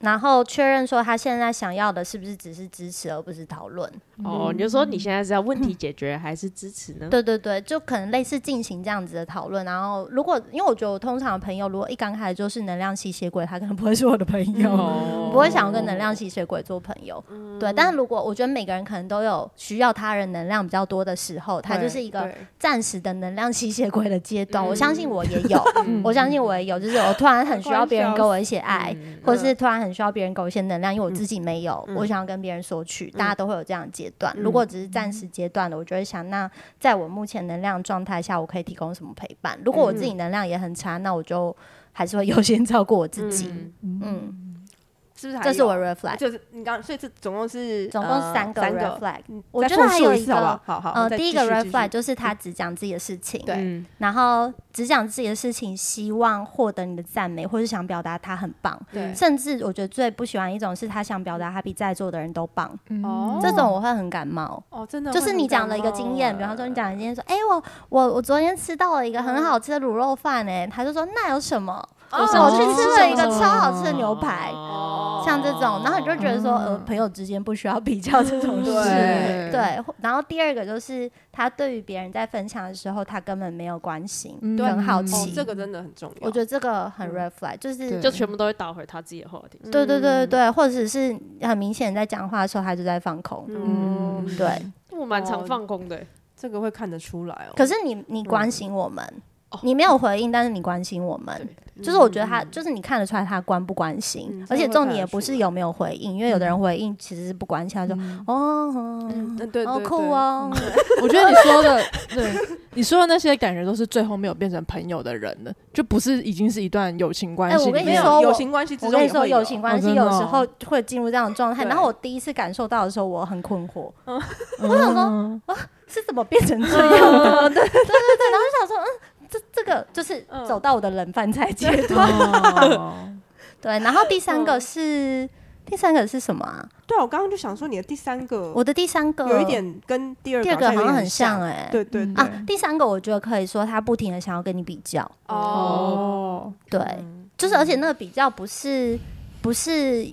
然后确认说他现在想要的是不是只是支持而不是讨论，
哦，你就说你现在是要问题解决还是支持呢？
对对对，就可能类似进行这样子的讨论。然后如果因为我觉得我通常的朋友如果一刚开始就是能量吸血鬼，他可能不会是我的朋友，
哦
我 不会想要跟能量吸血鬼做朋友。对，但如果我觉得每个人可能都有需要他人能量比较多的时候，他就是一个
对
暂时的能量吸血鬼的阶段。
嗯
我相信我也 有，我相信我也有，就是我突然很需要别人给我一些爱，
嗯
或是突然很需要别人给我一些能量，因为我自己没有，
嗯
我想要跟别人索取，大家都会有这样的阶段。如果只是暂时阶段的，我就会想，那在我目前能量状态下，我可以提供什么陪
嗯
伴？如果我自己能量也很差，那我就还是会优先照顾我自己。
嗯
嗯，
是不是 还
这是
有
我 red flag，
就是你刚，所以这总共是
总共
呃
三个
三
red
个。
flag。
嗯
我
再
觉得
复
还
述
有
一
一
次好不
个
好好好，
呃，
再
第一
继
个
续
red
继
flag
续
就是他只讲自己的事情，
对
嗯
然后只讲自己的事情，希望获得你的赞美，或是想表达他很棒。
对
甚至我觉得最不喜欢一种是他想表达他比在座的人都棒，
哦
这种我会很感冒。
哦，真的
就是你讲了一个经
啊
验，比方说你讲了一件说，哎、我我我昨天吃到了一个很好吃的卤肉饭、哎、他就说那有什么？
哦
我说我去
哦
吃
是
了一个
什么
超好吃的牛排，
哦
像这种，然后你就觉得说，呃，
嗯
朋友之间不需要比较这种事。
对
对，或然后第二个就是他对于别人在分享的时候，他根本没有关心，
嗯
很好
对
奇
哦，。这个真的很重要。
我觉得这个
嗯
很 red flag，就是
对
就全部都会倒回他自己的话题。
对对对
嗯
对对，或者是很明显在讲话的时候，他就在放空。
嗯，
嗯
对，
我蛮
哦
常放空的，
这个会看得出来哦。
可是你你关心我们，
哦
你没有回应，但是你关心我们，就是我觉得他就是你看得出来他关不关心，
嗯
而且
这个会
重点也
看得
不
出
是
来
有没有回应，因为有的人回应其实是不关心，他说哦，
嗯，
哦
对对，
好
对嗯
酷，哦，
我觉得你说的，对你说的那些感觉都是最后没有变成朋友的人了，就不是已经是一段友情关
哎
系
我
里
跟
面。
你
没
说
有
我
友情关系之
我跟
中
你
也
说，
会
友情关系
真
有
的
时
哦
候会进入这样的状态。
对
然后我第一次感受到的时候，我很困 惑，
嗯
我想说啊是怎么变成这
嗯
样的？对对对对，然后就想说，嗯，这这个就是
嗯
走到我的冷饭菜阶段。
哦
嗯
对，然后第三个是。第三个是什么啊？
对啊，我刚刚就想说你的第三个，
我的第三个
有一，点跟第二
第二个好像很像
像，
哎、
对对
嗯
对，
啊，第三个我觉得可以说他不停的想要跟你比较，
哦，
对，
嗯
就是而且那个比较不是不是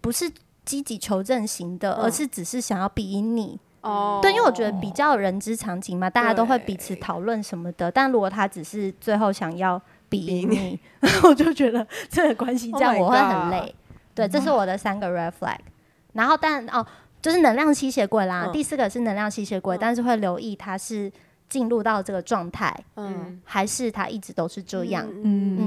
不是积极求证型的，
嗯
而是只是想要比赢你。
哦
对，因为我觉得比较人之常情嘛，大家都会彼此
对
讨论什么的。但如果他只是最后想要比赢
比
你， 我就觉得 这个关系
Oh
这样
my
我会很
God 嗯
累。对，这是我的三个 red flag。然后但哦，就是能量吸血鬼啦。
嗯
第四个是能量吸血鬼，
嗯
但是会留意他是进入到这个状态，
嗯，
还是他一直都是这样。
嗯，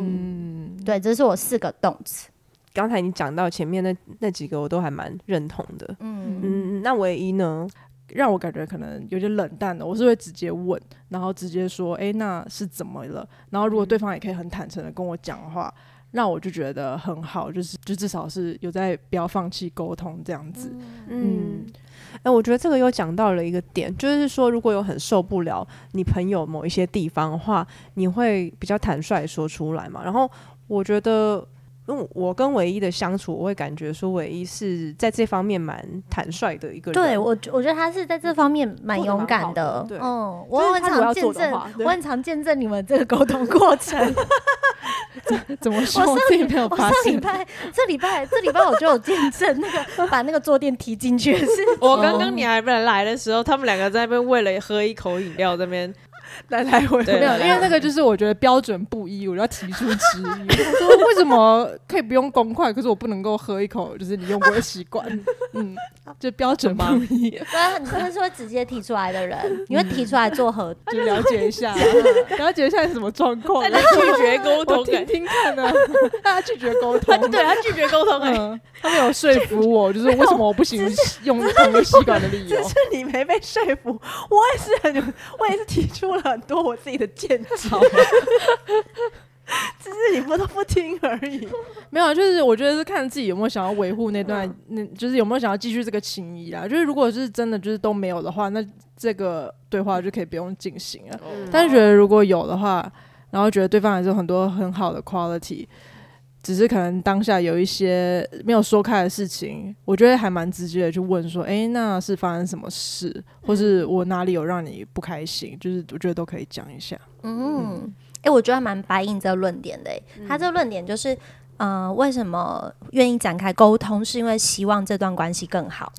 嗯，
对，这是我四个动词。
刚才你讲到前面那那几个，我都还蛮认同的。
嗯
嗯，那唯一呢？
让我感觉可能有点冷淡的，我是会直接问，然后直接说，诶，那是怎么了？然后如果
嗯
对方也可以很坦诚的跟我讲话，那我就觉得很好，就是就至少是有在不要放弃沟通这样子。
嗯，哎、我觉得这个又讲到了一个点，就是说，如果有很受不了你朋友某一些地方的话，你会比较坦率地说出来嘛。然后我觉得，因为我跟唯一的相处，我会感觉说唯一是在这方面蛮坦率的一个人。
对我觉，我觉得他是在这方面蛮勇敢的
做得蛮好的。对
嗯，
就
我
是
很
他如果
常
要
见
做的
证
话，对
我很常见证你们这个沟通过程。
怎 么
我
说？
上
我自己没有
我
发
上礼
现。
拜，这礼拜，这礼拜我就有见证那个把那个坐垫踢进去的事。
我刚刚你还没来的时候，他们两个在那边为了喝一口饮料在那 边，
来来回
对
没有，因为那个就是我觉得标准不一，我就要提出质疑。 我说为什么可以不用公筷，可是我不能够喝一口，就是你用过的习 惯，嗯，就标准不 一，
对，你真的是会直接提出来的人，你会提出来做核
就了解一 下，了解一下是什么状况
大。家拒绝沟
我
通，
听
哎
听看啊 呢、大家拒绝沟通。
对他拒绝沟通，哎，
嗯， 他没有说服我，就是为什么我不 行用同一个吸管的理由
只。是你没被说服，我也是很，我也是提出了很多我自己的见解，
好
只是你们都不听而已。
没有，啊就是我觉得是看自己有没有想要维护那段，那、就是有没有想要继续这个情谊啦。就是如果是真的就是都没有的话，那这个对话就可以不用进行了。
哦
但是觉得如果有的话，然后觉得对方还是有很多很好的 quality，只是可能当下有一些没有说开的事情，我觉得还蛮直接的去问说，诶，那是发生什么事，或是我哪里有让你不开心，就是我觉得都可以讲一下。
嗯，哎、我觉得蛮白印这个论点的、欸。他这个论点就是，呃，为什么愿意展开沟通，是因为希望这段关系更好。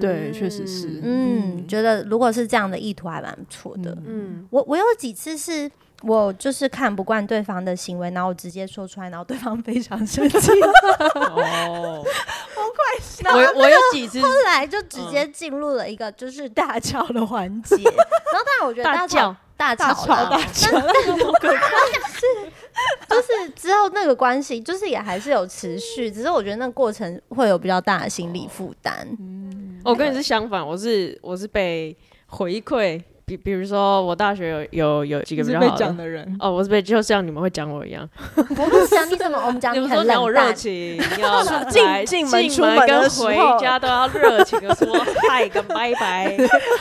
对，确实是，
嗯，觉得如果是这样的意图，还蛮不错的。
嗯，
我我有几次是我就是看不惯对方的行为，然后我直接说出来，然后对方非常生气，
哦，我我有几 次
后来就直接进入了一个就是大叫的环 节。然后当然我觉得吵
大叫
大吵啦
大
但但是就是之后那个关系就是也还是有持续，只是我觉得那个过程会有比较大的心理负担。
啊
我哦跟你是相反，我是我是被回馈，比比如说我大学有有有几
就
个
是
比较
被
好
讲
的。
的人，
哦，我是被就像你们会讲我一样，
我不是讲你怎么，我们讲
你
你
们
很
说讲我
冷
热
淡。
情，要来
进进门
进
出门
跟
的时
回
候
家都要热情 的说嗨跟拜拜，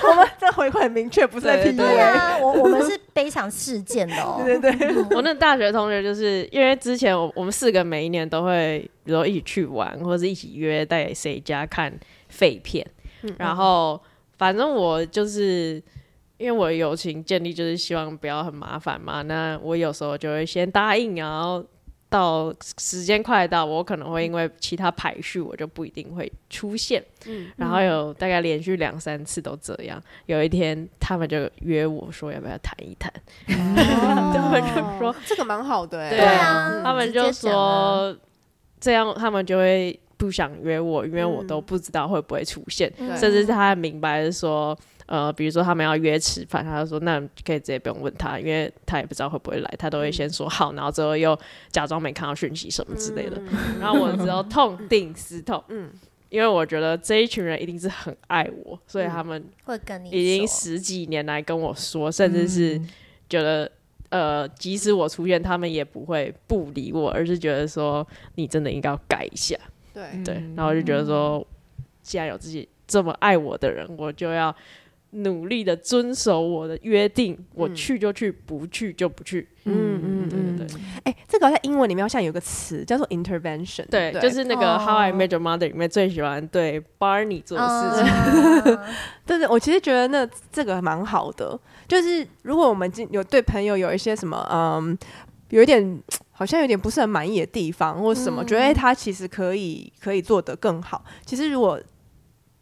我们这回馈很明确，不是在
对
P
对
对
U
啊，我我们是非常事件的哦。
对对对，
我那大学同学就是因为之前我我们四个每一年都会，比如说一起去玩，或者是一起约在谁家看废片，然后反正我就是。因为我的友情建立就是希望不要很麻烦嘛，那我有时候就会先答应，然后到时间快到，我可能会因为其他排序，我就不一定会出现。然后有大概连续两三次都这样，有一天他们就约我说要不要谈一谈，
啊
他们
哦
就说
这个蛮好的哎
对
对啊，
他们
直接
就
讲啊，
说这样，他们就会不想约我，因为我都不知道会不会出现，
嗯
甚至他明白是说，呃，比如说他们要约吃饭，他就说那可以直接不用问他，因为他也不知道会不会来，他都会先说好，然后之后又假装没看到讯息什么之类的，
嗯
然后我只有痛定思痛，嗯。因为我觉得这一群人一定是很爱我，所以
嗯
他们
会跟你
已经
说
十几年来跟我说，甚至是觉得、呃，即使我出现，他们也不会不理我，而是觉得说你真的应该要改一下。
对，
对，然后我就觉得说，既然有自己这么爱我的人，我就要努力的遵守我的约定，我去就去，不去就不去。
嗯嗯
对对对，
哎、这个道在英文里面好像有个词叫做 intervention，
对，
不
就是那个《
哦
How I Met Your Mother》里面最喜欢对 Barney 做 的事情。
嗯
对对，我其实觉得那这个蛮好的，就是如果我们今有对朋友有一些什么，嗯，有一点好像有点不是很满意的地方或什么，觉得诶他其实可以可以做得更好。其实如果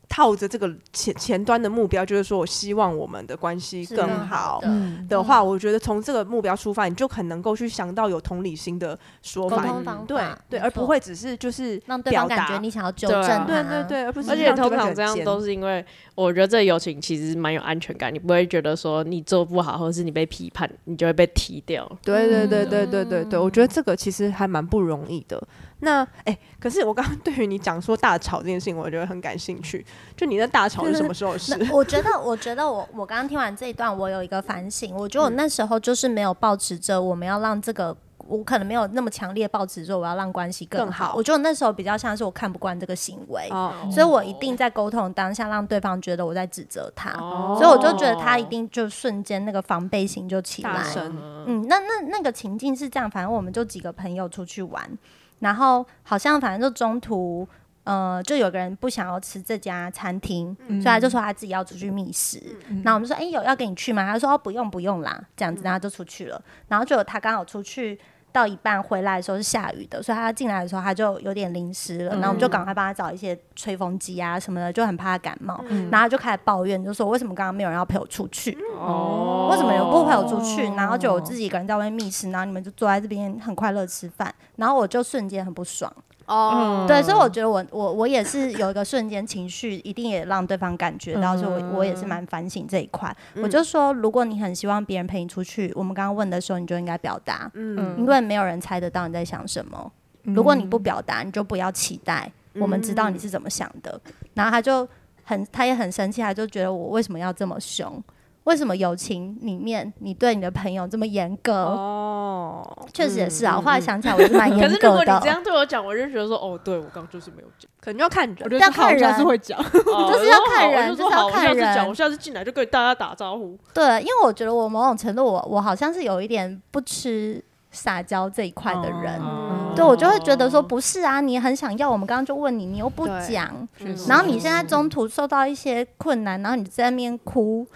套着这个前前端的目标，就是说我希望我们的关系
是
更
更好
好
的。
嗯，
的话，我觉得从这个目标出发，你就很能够去想到有同理心的说
沟
法，
通方法，
对对，
没
而不
错
会只是就是
让对方
表
感
达
觉你想要纠
对
正
啊
他，
对对对，而不是
而且
让对
通
方
常
很
这样
尖
都是因为，我觉得这友情其实蛮有安全感，你不会觉得说你做不好，或者是你被批判，你就会被踢掉。
对对
嗯
对对对对对，我觉得这个其实还蛮不容易的。那哎、可是我刚刚对于你讲说大吵这件事情，我觉得很感兴趣。就你的大吵是什么时候的事？
那我觉得，我觉得我我刚刚听完这一段，我有一个反省。我觉
嗯
得我那时候就是没有保持着我们要让这个，我可能没有那么强烈保持着我要让关系更好。
更好
我觉得我那时候比较像是我看不惯这个行为，
哦
所以我一定在沟通当下让对方觉得我在指责他，
哦
所以我就觉得他一定就瞬间那个防备心就起
大
来。
声
嗯，那那那个情境是这样，反正我们就几个朋友出去玩，然后好像反正就中途。呃，就有个人不想要吃这家餐厅，所以他就说他自己要出去觅食。然后我们就说，哎、有要跟你去吗？他说哦，不用不用啦，这样子，然后他就出去了。然后就他刚好出去到一半回来的时候是下雨的，所以他进来的时候他就有点淋湿了。然后我们就赶快帮他找一些吹风机啊什么的，就很怕他感冒。然后他就开始抱怨，就说为什么刚刚没有人要陪我出去？
哦
为什么有不陪我出去，然后就我自己一个人在外面觅食，然后你们就坐在这边很快乐吃饭，然后我就瞬间很不爽。
哦
对，所以我觉得我我我也是有一个瞬间情绪，一定也让对方感觉到，所以我我也是蛮反省这一块。我就说，如果你很希望别人陪你出去，我们刚刚问的时候，你就应该表达，
嗯
因为没有人猜得到你在想什么。如果你
嗯
不表达，你就不要期待我们知道你是怎么想的。然后他就很，他也很生气，他就觉得我为什么要这么凶？为什么友情里面你对你的朋友这么严格？
哦，
确、实也是啊，我后来想起来我是 蛮
嗯可
严
是如
格
果你
的
这。样对我讲，我就觉得说，哦，对我刚刚就是没有 讲，
可能要看
我
人。
觉
要
得好，
看
我下次
人
会讲。
哦
就是要
我说
看
好
人
我就
就
说
是要
好，我
看
下次
人
讲，我下次进来就跟大家打招呼。
对，因为我觉得我某种程度我，我好像是有一点不吃撒娇这一块的人。
哦
对，我就会觉得说不是啊，你很想要，我们刚刚就问你，你又不
对
讲，
确实
然后你现在中途受到一些困难，然后你在那边 哭，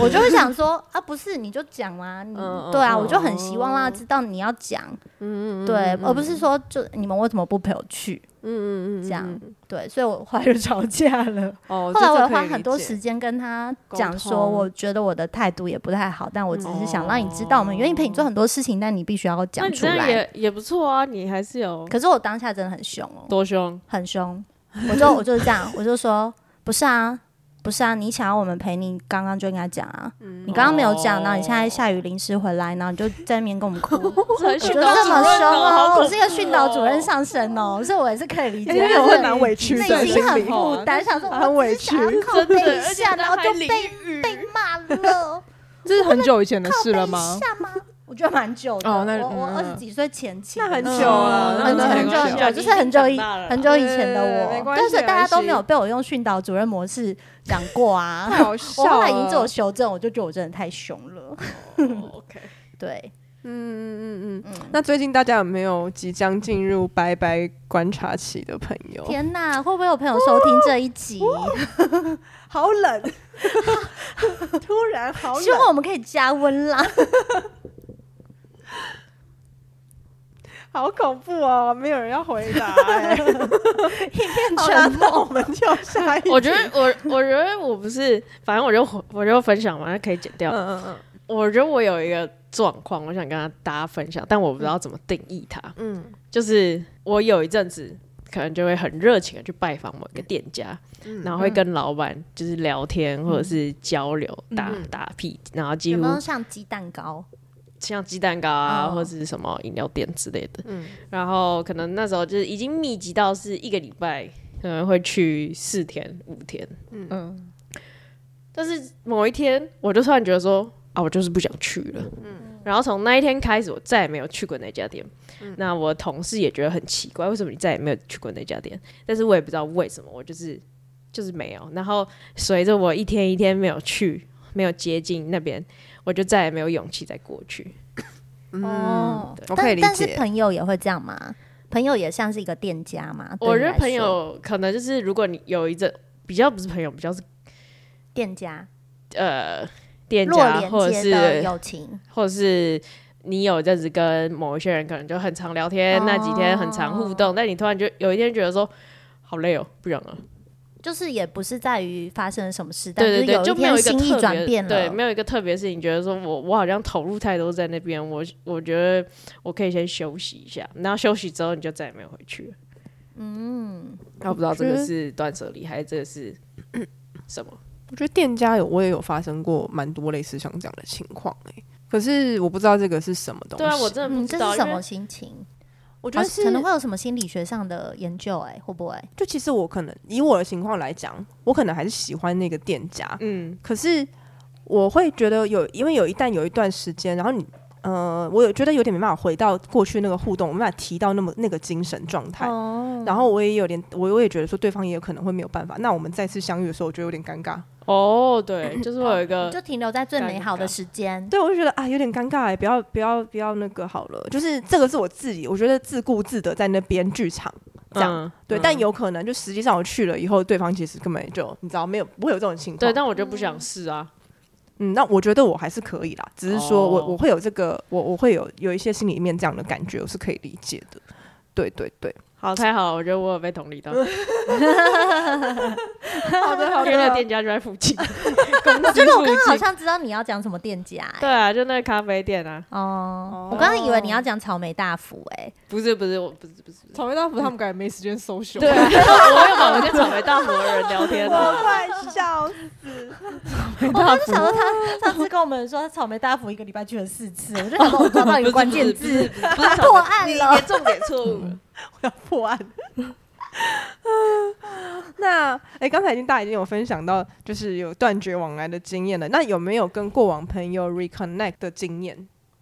我就会想说啊，不是你就讲啊，你
嗯嗯
对啊，
嗯
我就很希望让他知道你要讲，对，
嗯
而不是说就你们为什么不陪我去，嗯嗯嗯，这样对，所以我后来就吵架了。
哦，
后来我
这
有
可以
花很多
理解
时间跟他
沟
讲说，
通
我觉得我的态度也不太好，但我只是想让你知道，我们愿意陪你
哦
做很多事情，但你必须要
那
讲
你
出
这样
来。
也也不错啊，你还是有
可是我当下真的很凶哦，
多凶，
很凶，我就我就是这样，我就说不是啊，不是啊，你想要我们陪你，刚刚就应该讲啊，
嗯
你刚刚没有讲，然后你
哦
现在下雨淋湿回来，然后你就在那边跟我 们哭，我
这
就
训导
这
主
么
任
凶
哦，
哦
好，
我
恐
是一个训导主任
怖哦
上身哦，所以我也是可以理
哎
解，
那
但
个
是
会蛮委屈的，
内
心
心很啊
里
负担，想说
很
我
委
只
屈
想要拷贝
真
一
的，而且
下，然后
他
就
还淋
被
雨
被骂了，
这是很久以前的事了
被
吗？
吓吗？我觉得蛮久的，
哦那
我我
嗯
二十几岁前期，
那很
嗯
久了，
很久
那
很
久
久很久，
了
就是很久
已
以
经长大了
很久以前的
对没
我，
关
但
系
是大家都没
没关
有
系
被我用训导主任模式讲过 啊。
太哦好笑
我
了。
后来已经自我修正，我就觉得我真的太凶了。
哦 OK，
对，
嗯嗯嗯
嗯
嗯。那最近大家有没有即将进入拜拜观察期的朋友？
天哪，会不会有朋友收听这一集？
好冷， 突然好
希望我们可以加温啦。
好恐怖哦！没有人要回答、欸
变
好啦，那 我们就下 一。
我觉得我我觉得我不是，反正我就我就分享嘛，可以剪掉。
嗯嗯
我觉得我有一个状况，我想跟大家分享，但我不知道怎么定义它。
嗯
就是我有一阵子可能就会很热情的去拜访某一个店家，
嗯
然后会跟老板就是聊天或者是交流、打
嗯
打屁，然后几
有
乎
没有像鸡蛋糕？
像鸡蛋糕啊、
哦
或者是什么饮料店之类的。
嗯
然后可能那时候就是已经密集到是一个礼拜可能会去四天五天，
嗯，
但是某一天，我就突然觉得说啊，我就是不想去了。嗯，然后从那一天开始，我再也没有去过那家店。那我同事也觉得很奇怪，为什么你再也没有去过那家店？但是我也不知道为什么，我就是就是没有。然后随着我一天一天没有去，没有接近那边，我就再也没有勇气再过去。
嗯
哦，
对
但
我可以理
但是
解
朋友也会这样吗？朋友也像是一个店家嘛？对
我
你
觉得
来
朋
说
友可能就是，如果你有一阵比较不是朋友，比较是
店家
呃店
弱
家，或者
连接的
是
友情，
或者是你有一阵子跟某一些人可能就很常聊天，那几天很常互动，但你突然就有一天觉得说好累哦，不想了。
就是也不是在于发生了什么事，但
对对对，
是
就
一
没有
天
一个
心意
特
转
别
变了，
对，没有一个特别事情，觉得说我我好像投入太多在那边，我我觉得我可以先休息一下，然后休息之后你就再也没有回去了。嗯，我不知道这
我觉
个
得
是断舍离还是这个是什么？
我觉得店家有，我也有发生过蛮多类似像这样的情况哎、可是我不知道这个是什么东西。
对啊，我真的不
嗯，
知
这
道，
是什
因为
么心情？
我
我
觉得是
可能会有什么心理学上的研究、哎，会不会？
就其实我可能以我的情况来讲，我可能还是喜欢那个店家，
嗯，
可是我会觉得有，因为有一旦有一段时间，然后你。呃，我有觉得有点没办法回到过去那个互动，我没办法提到那么那个精神状态。
哦，
然后我也有点，我我也觉得说对方也有可能会没有办法。那我们再次相遇的时候，我觉得有点尴尬。
哦，对，
嗯
就是我有一
你
个
就停留在最美好的时间，
对，我就觉得啊，有点尴尬、欸，不要不要不要那个好了。就是这个是我自己，我觉得自顾自的在那边剧场这样。
嗯
对，
嗯
但有可能就实际上我去了以后，对方其实根本就你知道没有不会有这种情况。
对，但我就不想试啊。
嗯，那我觉得我还是可以啦，只是说我、
哦
我会有这个，我我会有有一些心里面这样的感觉，我是可以理解的。对对对，
好，太好了，我觉得我有被 同理到，因
好的好
为那个
的，
店家就在 附近，
我觉得我刚刚好
附近
像知道你要讲什么店家、哎
对啊，就那个咖啡店啊，
哦，我刚刚以为你要讲草莓大福、 哎，
不是不是，我不是不是，
草莓大福他们感觉没时间搜寻。
对啊， 我有把我跟草莓大福的人聊天啊。
快笑 死！
我刚刚就想说他上次跟我们说草莓大福一个礼拜去了四次，我就想 说我抓到一个关键字， 破案了。
重点错误。
破案。 那哎，刚、才已经大家已经有分享到，就是有断绝往来的经验了。那有没有跟过往朋友 reconnect 的经验？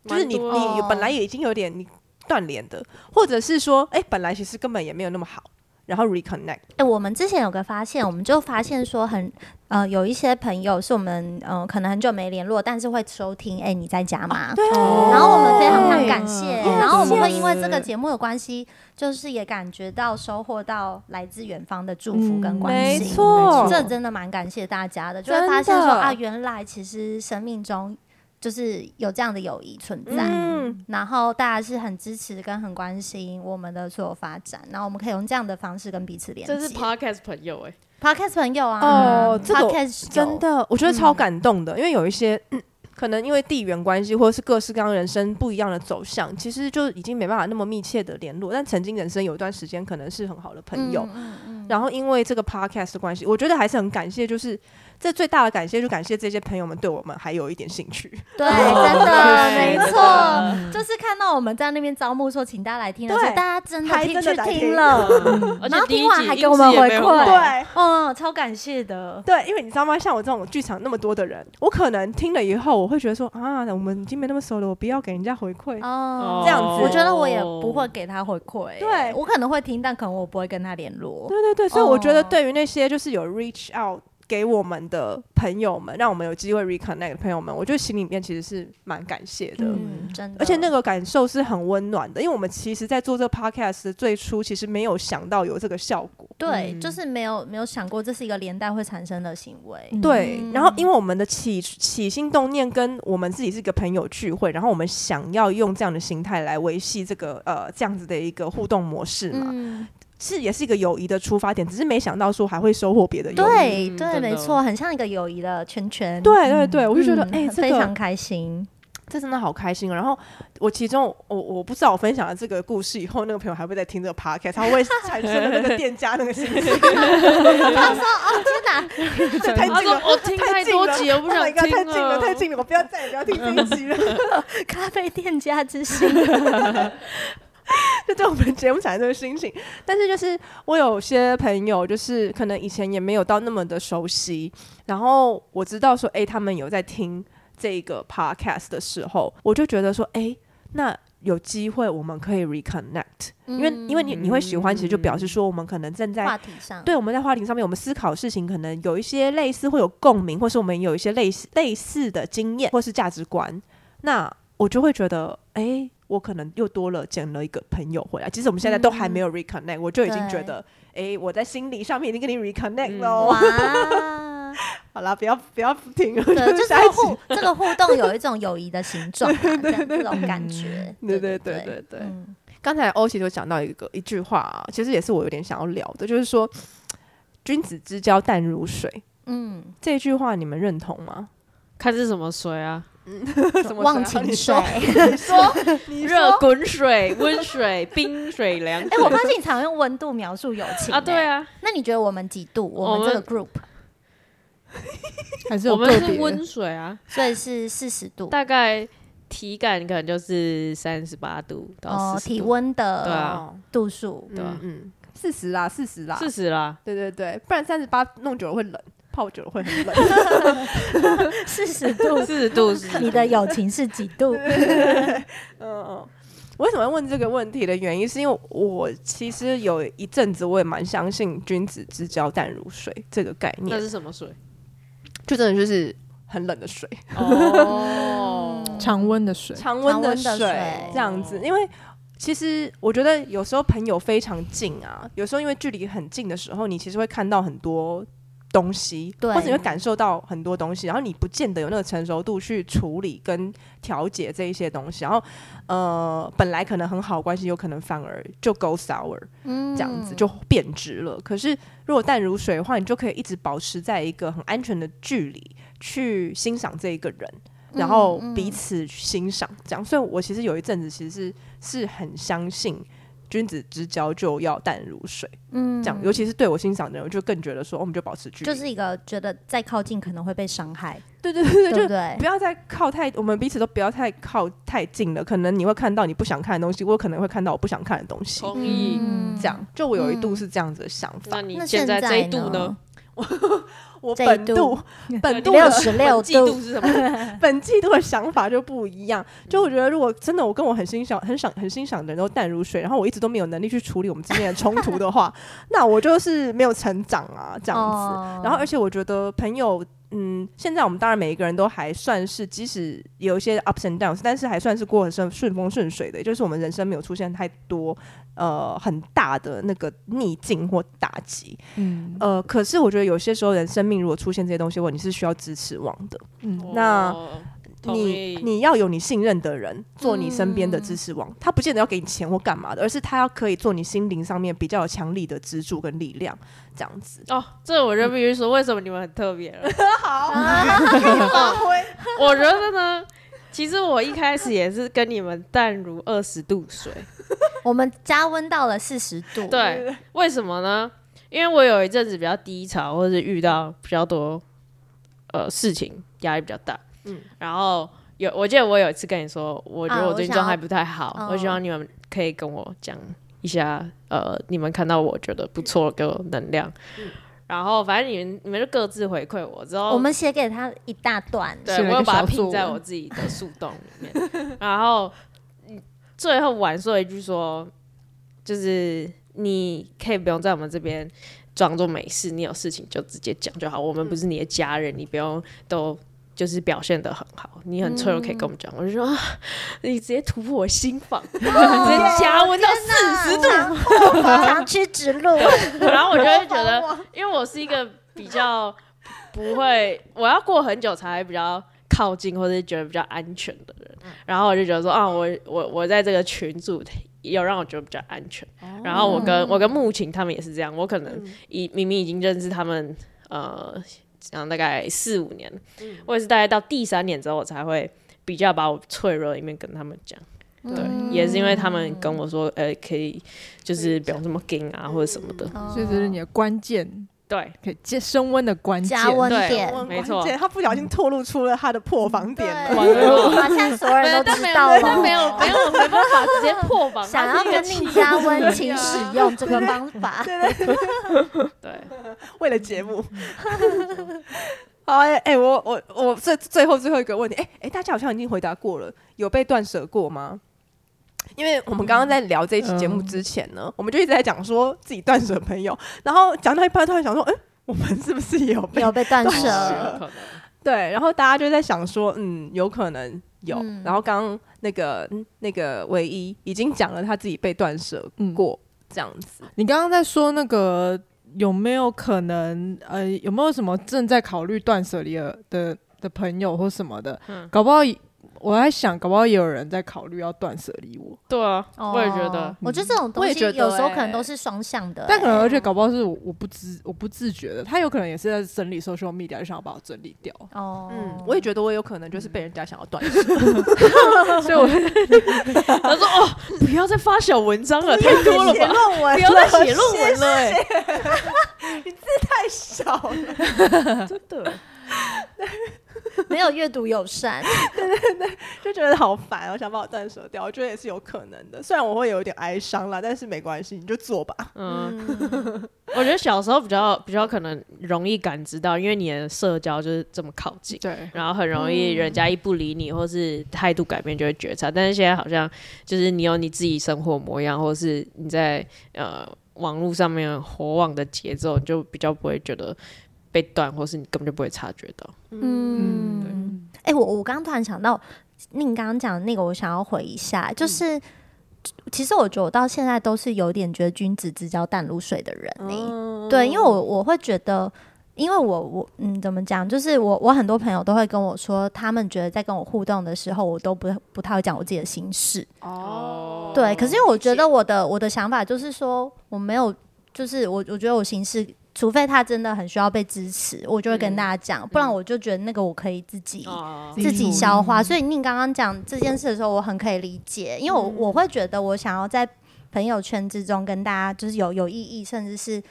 就是你
蛮
你
多
的
有本来也已经有点你断联的，或者是说，哎、本来其实根本也没有那么好，然后 reconnect。
哎、我们之前有个发现，我们就发现说很呃，有一些朋友是我们呃可能很久没联络，但是会收听。哎、你在家吗？
对
啊
哦
然后我们非常非常
对
感谢，
哦
然后我们会
谢谢
因为这个节目的关系，就是也感觉到收获到来自远方的祝福跟关
嗯没
心。
错
嗯这真的蛮感谢大家的，就会
真的
发现说啊，原来其实生命中就是有这样的友谊存在。
嗯，
然后大家是很支持跟很关心我们的所有发展，然后我们可以用这样的方式跟彼此连接。
这是 podcast 朋友哎、
podcast 朋友啊，
哦，这个
podcast 有
真的，我觉得超感动的，因为有一些、 嗯可能因为地缘关系或者是各式各样人生不一样的走向，其实就已经没办法那么密切的联络。但曾经人生有一段时间可能是很好的
嗯
朋友，然后因为这个 podcast 的关系，我觉得还是很感谢，就是这最大的感谢就感谢这些朋友们对我们还有一点兴趣。
对，真 的
对
没
真
错
的，
就是看到我们在那边招募说请大家来听的时候，
对
大家真的
还
听
真的
去
来
听
听
了，
嗯
而
然
且
后
第一
听完
集
还给我们回
音质也没有很
馈
好，
嗯，超感谢的。
对，因为你知道吗？像我这种剧场那么多的人，我可能听了以后，我会觉得说啊，我们已经没那么熟了，我不要给人家回馈。
哦，
这样子
我觉得我也不会给他回馈，
对
我可能会听，但可能我不会跟他联络。
对对对，所以我觉得
哦
对于那些就是有 reach out 给我们的朋友们，让我们有机会 reconnect 的朋友们，我觉得心里面其实是蛮感谢的。
嗯，真的，
而且那个感受是很温暖的，因为我们其实，在做这个 podcast 的最初，其实没有想到有这个效果。
对，
嗯
就是没有没有想过这是一个连带会产生的嗯行为。
对，然后因为我们的起起心动念跟我们自己是一个朋友聚会，然后我们想要用这样的心态来维系这个呃这样子的一个互动模式嘛，
嗯，
是也是一个友谊的出发点，只是没想到说还会收获别的友谊。
对对，
嗯真的
没错，很像一个友谊的圈圈。
对对对，我就觉得
嗯
哎、这
非
个
常开心。
这真的好开心哦。然后我其中我我不知道我分享了这个故事以后，那个朋友还会在听这个 podcast，他会产生了那个店家那个心 情，
他说：“哦，天哪，
太
他
近
说
了。
我听
太近
多
了
集，我不
Oh
想
my
听
god！太近了，太近了，我不要再也不要听这一集了。
咖啡店家之心。
就对我们节目产生这个心情。但是就是我有些朋友，就是可能以前也没有到那么的熟悉，然后我知道说，哎、他们有在听这个 podcast 的时候，我就觉得说，哎、那有机会我们可以 reconnect，、因为因为你你会喜欢，其实就表示说我们可能正在
嗯话题上，
对，我们在话题上面，我们思考事情可能有一些类似，会有共鸣，或是我们有一些类似类似的经验或是价值观。那我就会觉得，哎、我可能又多了捡了一个朋友回来。其实我们现在都还
嗯
没有 reconnect，、我就已经觉得，哎、我在心理上面已经跟你 reconnect
嗯
喽。
哇，
好啦，不要不要停了，
对，就是
下一
这个
集。
互这个互动有一种友谊的形状啊，这样这种感觉，
对
对
嗯对对对对。
嗯
刚才欧其实有讲到一个一句话、啊，其实也是我有点想要聊的，就是说“君子之交淡如水
嗯”，
这句话，你们认同吗？
看是什么水啊？
什么
忘
水啊
情
你
水。
说
哎，
你说，哎你
热滚水、温水、冰水、 凉水。
哎我发现你常用温度描述友情
啊，对
哎，
啊，
那你觉得我们几度？我们这个 group，
还是
我
有
们
个
是
别
温水啊，
所以是四十度
大概体感可能就是三十八度到
哦，
四十
体
度，
温
对
的
啊，
度数。
对啊
嗯，四十啦，四十啦，
四十啦。
对对对，不然三十八弄久了会冷，泡久了会 很冷。
四十度，
四十度是
你的友情是几度？
嗯嗯，我为什么会问这个问题的原因，是因为我其实有一阵子我也蛮相信“君子之交淡如水”这个概
那
念，
是什么水？
嗯
就真的就是很冷的水。
哦，
常温的水，
常
常
温
温
的
的
水
水
这样子，因为其实我觉得有时候朋友非常近啊，有时候因为距离很近的时候，你其实会看到很多东西，
对
或者你会感受到很多东西，然后你不见得有那个成熟度去处理跟调节这一些东西，然后呃，本来可能很好的关系，有可能反而就 go sour，
嗯
这样子就贬值了。可是如果淡如水的话，你就可以一直保持在一个很安全的距离去欣赏这一个人，然后彼此欣赏这样。所以我其实有一阵子其实是是很相信。君子之交就要淡如水，
嗯
这样，尤其是对我欣赏的人，我就更觉得说，哦我们就保持距离，
就是一个觉得再靠近可能会被伤害，
对对对对，
对
就
不对
不？要再靠太，我们彼此都不要太靠太近了。可能你会看到你不想看的东西，我可能会看到我不想看的东西，
同意。
嗯
这样。就我有一度
嗯
是这样子的想法。
那你
那
现
现
在
在
这一
呢
度呢？啊
我
这一
本
度
度本度
六
的
十 六
季度
度，
是 什么？
本季度的想法就不一样。就我觉得，如果真的我跟我很欣赏、很赏、很欣赏的人都淡如水，然后我一直都没有能力去处理我们之间的冲突的话，那我就是没有成长啊，这样子。
哦
然后，而且我觉得朋友，嗯，现在我们当然每一个人都还算是，即使有一些 ups and downs，但是还算是过得顺顺风顺水的，也就是我们人生没有出现太多呃很大的那个逆境或打击。
嗯
呃，可是我觉得有些时候人生命如果出现这些东西，我你是需要支持网的。
嗯，
那
哦同
你
意嗯
你要有你信任的人做你身边的支持网，他不见得要给你钱或干嘛的，而是他要可以做你心灵上面比较有强力的支柱跟力量，这样子。
哦，这我就必须说，为什么你们很特别 了？哦
好，
哦
我觉得呢，其实我一开始也是跟你们淡如二十度水。
我们加温到了四十度，
对，为什么呢？因为我有一阵子比较低潮，或者是遇到比较多呃事情，压力比较大。嗯，然后有，我记得我有一次跟你说，我觉
啊
得我
我
最近
想
状态
要
不太好，我希
哦
望你们可以跟我讲一下，呃，你们看到我觉得不错给我能量。然后反正你们你们就各自回馈我之后，
嗯我们写给他一大 段，
写
对
了
我
一
有
个
把它
小啊
拼
作
在
文
我自己的树洞里面，然后嗯最后晚说一句说，就是你可以不用在我们这边装作没事，你有事情就直接讲就好，我们不是你的家人，你不用都。就是表现的很好，你很脆弱，可以跟我们讲。我就说、啊你直接突破我心 房，你直接
哦
加温到四十度，
度，长驱直入，
然后我就会觉得，因为我是一个比较不会，我要过很久才比较靠近，或者觉得比较安全的人。然后我就觉得说，啊，我我我在这个群组有让我觉得比较安全。然后我跟我跟木琴他们也是这样，我可能已明明已经认识他们，呃，讲大概四五年，我也是大概到第三年之后，我才会比较把我脆弱的一面跟他们讲。对，也是因为他们跟我说，呃，可以就是不用这么硬啊，或者什么的。
所以这是你的关键，
对，
可以接升温的关键。
加温
对
点，
我很
没错
关键他不小心透露出了他的破防点
嗯
了。
完了
好像所有
没有
人都
但
知
没有
道了，
但没有没有没办法直接破 防，
想
它
要
是一个
跟
气
你加 温，
啊
请使用这个方法。
对，
为了节目。 好，哎、哎我我我最最后最后一个问题，哎、哎、大家好像已经回答过了，有被断舍过吗？因为我们刚
嗯
刚在聊这一期节目之前呢，我们就一直在讲说自己断舍朋友，然后讲到一半突然想说，哎、我们是不是也有 被
有被断
断
舍
啊
舍，对？然后大家就在想说，嗯，有可能有。
嗯
然后刚刚那个嗯那个唯一已经讲了他自己被断舍
嗯
过、这样子。
你刚刚在说那个有没有可能呃有没有什么正在考虑断舍离的的的朋友或什么的，
嗯
搞不好我在想，搞不好也有人在考虑要断舍离我，
对啊，
哦
我也觉得，嗯
我觉得这种东
我也
西
觉得
有时候
欸
可能都是双向
哎
的欸，
但可能而且搞不好是我我不知我不自觉的，他有可能也是在整理 social media，就想要把我整理掉。
哦，
嗯，我也觉得我有可能就是被人家想要断 舍，
所以我他说哦，不要再发小文章了，太多 了吧，
论文
不要再写论文了、哎
太少 了。
真的。
没有阅读友善，
就觉得好烦，我想把我断舍掉，我觉得也是有可能的。虽然我会有一点哀伤啦，但是没关系，你就做吧。
嗯，我觉得小时候比较比较可能容易感知到，因为你的社交就是这么靠近，
对，
然后很容易人
嗯
家一不理你，或是态度改变就会觉察。但是现在好像就是你有你自己生活模样，或是你在呃网络上面火网的节奏，你就比较不会觉得被断，或是你根本就不会察觉到。
嗯，哎、我我刚刚突然想到，宁刚刚讲的那个，我想要回一下，就是、其实我觉得我到现在都是有点觉得君子之交淡如水的人、欸，对，因为我我会觉得。因为我我嗯怎么讲，就是我我很多朋友都会跟我说，他们觉得在跟我互动的时候，我都不不太会讲我自己的心事。
哦
对，可是因为我觉得我的我的想法就是说，我没有，就是我我觉得我行事，除非他真的很需要被支持，我就会跟大家讲，不然我就觉得那个我可以自己、
哦
自己
嗯
消化。所以宁刚刚讲这件事的时候，我很可以理解，因为我我会觉得我想要在朋友圈之中跟大家就是有有意义，甚至是。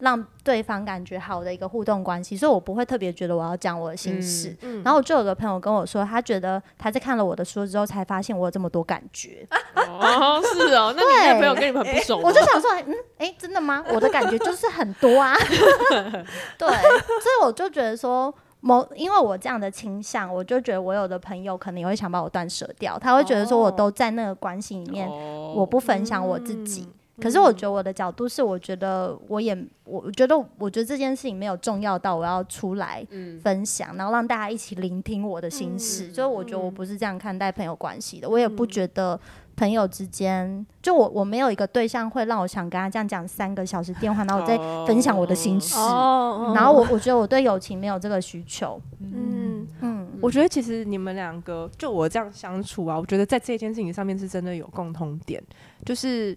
让对方感觉好的一个互动关系，所以我不会特别觉得我要讲我的心事。然后我就有个朋友跟我说，他觉得他在看了我的书之后，才发现我有这么多感觉。
哦，是哦，那你那
对
朋友跟你们很不熟吗
我就想说，嗯，哎、真的吗？我的感觉就是很多啊，对，所以我就觉得说。某因为我这样的倾向，我就觉得我有的朋友可能也会想把我断舍掉，他会觉得说我都在那个关系里面，
哦
我不分享我自己。
嗯
可是我觉得我的角度是，我觉得我也我我觉得我觉得这件事情没有重要到我要出来
嗯
分享，然后让大家一起聆听我的心事。所以我觉得我
嗯
不是这样看待朋友关系的，我也不觉得朋友之间，就我我没有一个对象会让我想跟他这样讲三个小时电话，然后我再分享我的心事。
哦
然后我我觉得我对友情没有这个需求。
嗯，
嗯，
我觉得其实你们两个就我这样相处啊，我觉得在这件事情上面是真的有共同点，就是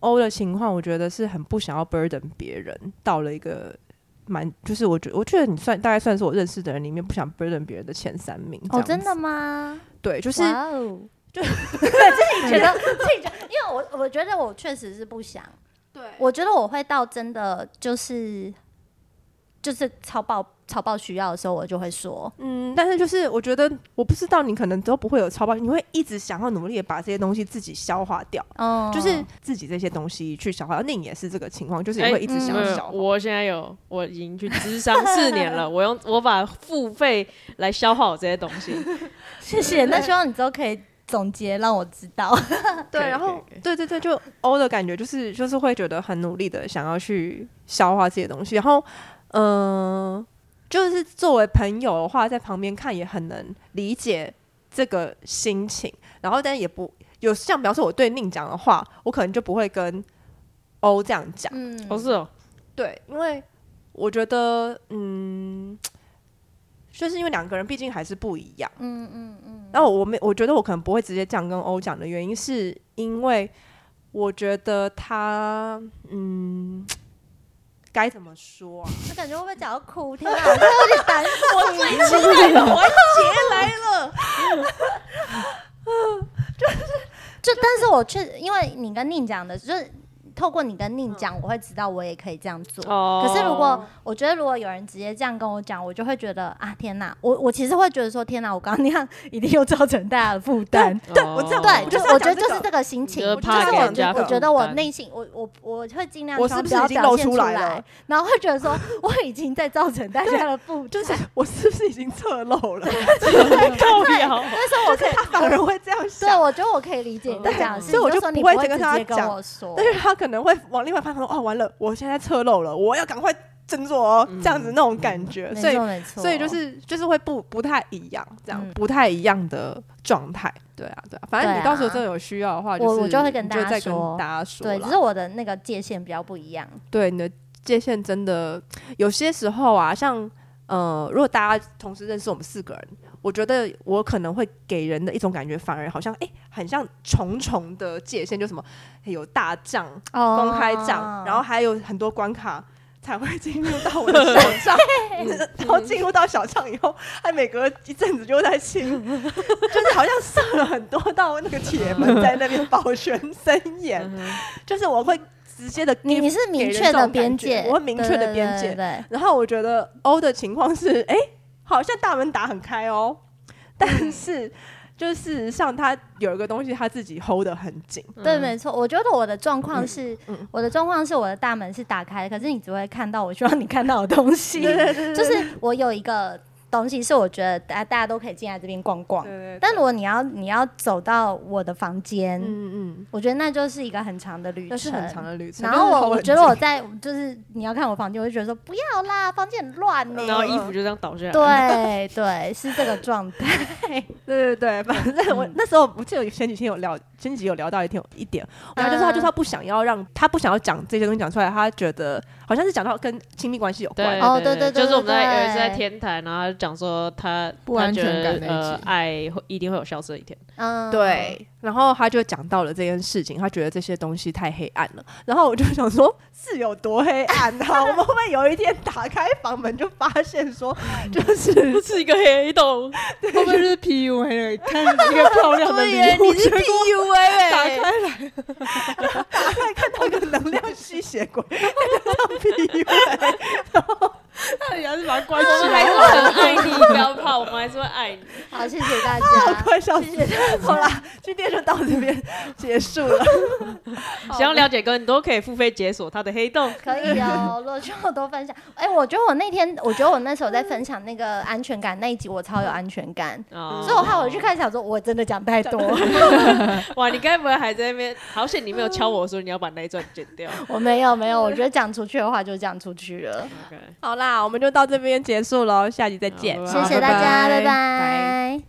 欧的情况，我觉得是很不想要 burden 别人，到了一个。蛮就是我觉我觉得你算大概算是我认识的人里面不想 burden 别人的前三名
哦，
这样子
真的吗？
对，就是
哇 哦，
就
自己 觉得自己觉得，因为我我觉得我确实是不想，对，我觉得我会到真的就是就是超爆超爆需要的时候，我就会说，
嗯，但是就是我觉得，我不知道你可能都不会有超包，你会一直想要努力的把这些东西自己消化掉，
嗯，
就是自己这些东西去消化。那你也是这个情况，就是
哎
你会
嗯
一直想要
没有
消化。
我现在有，我已经去智商四年了，我用我把付费来消化我这些东西。
谢谢，那希望你之后可以总结让我知道，
对，
可以
然
可以
后
可以
对对对，就欧的感觉就是就是会觉得很努力的想要去消化这些东西，然后嗯、呃就是作为朋友的话，在旁边看也很能理解这个心情，然后但也不有像比方说我对宁讲的话，我可能就不会跟欧这样讲。
嗯，
哦，是哦，
对，因为我觉得，嗯，就是因为两个人毕竟还是不一样。
嗯嗯嗯，
然后我没，我觉得我可能不会直接这样跟欧讲的原因，是因为我觉得他，嗯，该怎么说啊？
我感觉会不会讲到哭？天啊，我真的有点担心，我最 就但是我确因为你跟宁讲的，就是透过你跟宁讲，我会知道我也可以这样做。
哦
可是如果我觉得如果有人直接这样跟我讲，我就会觉得啊天哪，我我其实会觉得说天哪，我刚刚那样一定又造成大家的负担。
对我
知道
对，就
哦就是是要
我觉得
讲这
就是
个
这个心情，
你就
就是是
怕
给
我
人
觉
家
得我
负
觉得我
担
内心我我我会尽量
我
想
是不是
要
已经
表
露
现
出
出
来
来
了，
然后会觉得说我已经在造成大家的负担，
就是我是不是已经侧漏了？
靠腰，
但是我可以
他反而会这样
对，
想。
我觉得我可以理解你这样的事情，
所以我
就
就
说你
不会
直
跟他
接跟
讲
我说，
但是他可能会往另外一方面说：“哦，完了，我现在侧漏了，我要赶快振作哦，
嗯
这样子那种感觉，
没
所以
错没错，哦
所以就是就是会不不太一样，这样、
嗯
不太一样的状态。对啊，对啊，反正
对
你
啊
到时候真的有需要的话，
我
是
我就会跟大家
你就再
说
跟大家说啦。
对，只是我的那个界限比较不一样。
对你的界限真的有些时候啊，像呃，如果大家同时认识我们四个人，我觉得我可能会给人的一种感觉，反而好像哎、诶很像重重的界限，就什么诶有大账、
哦
公开账，然后还有很多关卡。才会进入到我的小 账，
嗯
然后进入到小账以后，还每隔一阵子就在清， 就是好像设了很多道那个铁门在那边保全森严，就是我会直接的
嗯你你是明确的边
给人
界，
这种感觉我会明确的边界
对对对对
然后我觉得欧的情况是，哎、好像大门打很开哦，
嗯
但是就是事实上他有一个东西他自己 hold 得很紧，
对，没错，我觉得我的状况是，
嗯嗯
我的状况是我的大门是打开的，可是你只会看到我希望你看到的东西。就是我有一个东西是我觉得大大家都可以进来这边逛逛，
对
但如果你要你要走到我的房间，
嗯嗯，
我觉得那就是一个很长的旅
那
程，
是很长的旅程。
然后
就是 hold
我我
很
觉得我
紧
在就是你要看我房间，我就觉得说不要啦，房间很
嗯
乱呢、
然后衣服就这样倒下
对
来，
对，是这个状态。
对对 对，反正
嗯
我那时候我记得前几天有聊，前几集有聊到一天一点，然后就是他
嗯
就是他不想要让他不想要讲这些东西讲出来，他觉得好像是讲到跟亲密关系有关
对，
哦对对对
就是我们
对
在
对
有一次在天台，然后他讲说他
不安全感
他觉
那
得
一集
呃，爱会一定会有消失的一天。
嗯，
对，然后他就讲到了这件事情，他觉得这些东西太黑暗了。然后我就想说，是有多黑暗啊？我们会不会有一天打开房门就发现 说，就是
是一个黑洞，
会不会就是 PUA 了？看一个漂亮的礼
对耶
物，
你是
结果
PUA，欸
打开来，
看到个能量吸血鬼， 看到 PUA，
他也是把它关
我
起
们还
来。
是很爱你，不要怕，我们还是会爱你。
嗯好，谢谢 大
我
家。
快笑死了。好啦，今天就到这边结束 了。
想要了解更多，可以付费解锁他的黑洞。
可以 哦，罗圈我多分享。哎、我觉得我那天，我觉得我那时候在分享那个安全感那一集，我超有安全感，
哦
所以我怕我去看，想说我真的讲太 多，
哇，你该不会还在那边？好险你没有敲我说你要把那一段剪掉。
我没有没有，我觉得讲出去的话就讲出去了。
OK
好啦，我们就到这边结束喽，下集再见。
好
谢谢大家，
拜拜
拜拜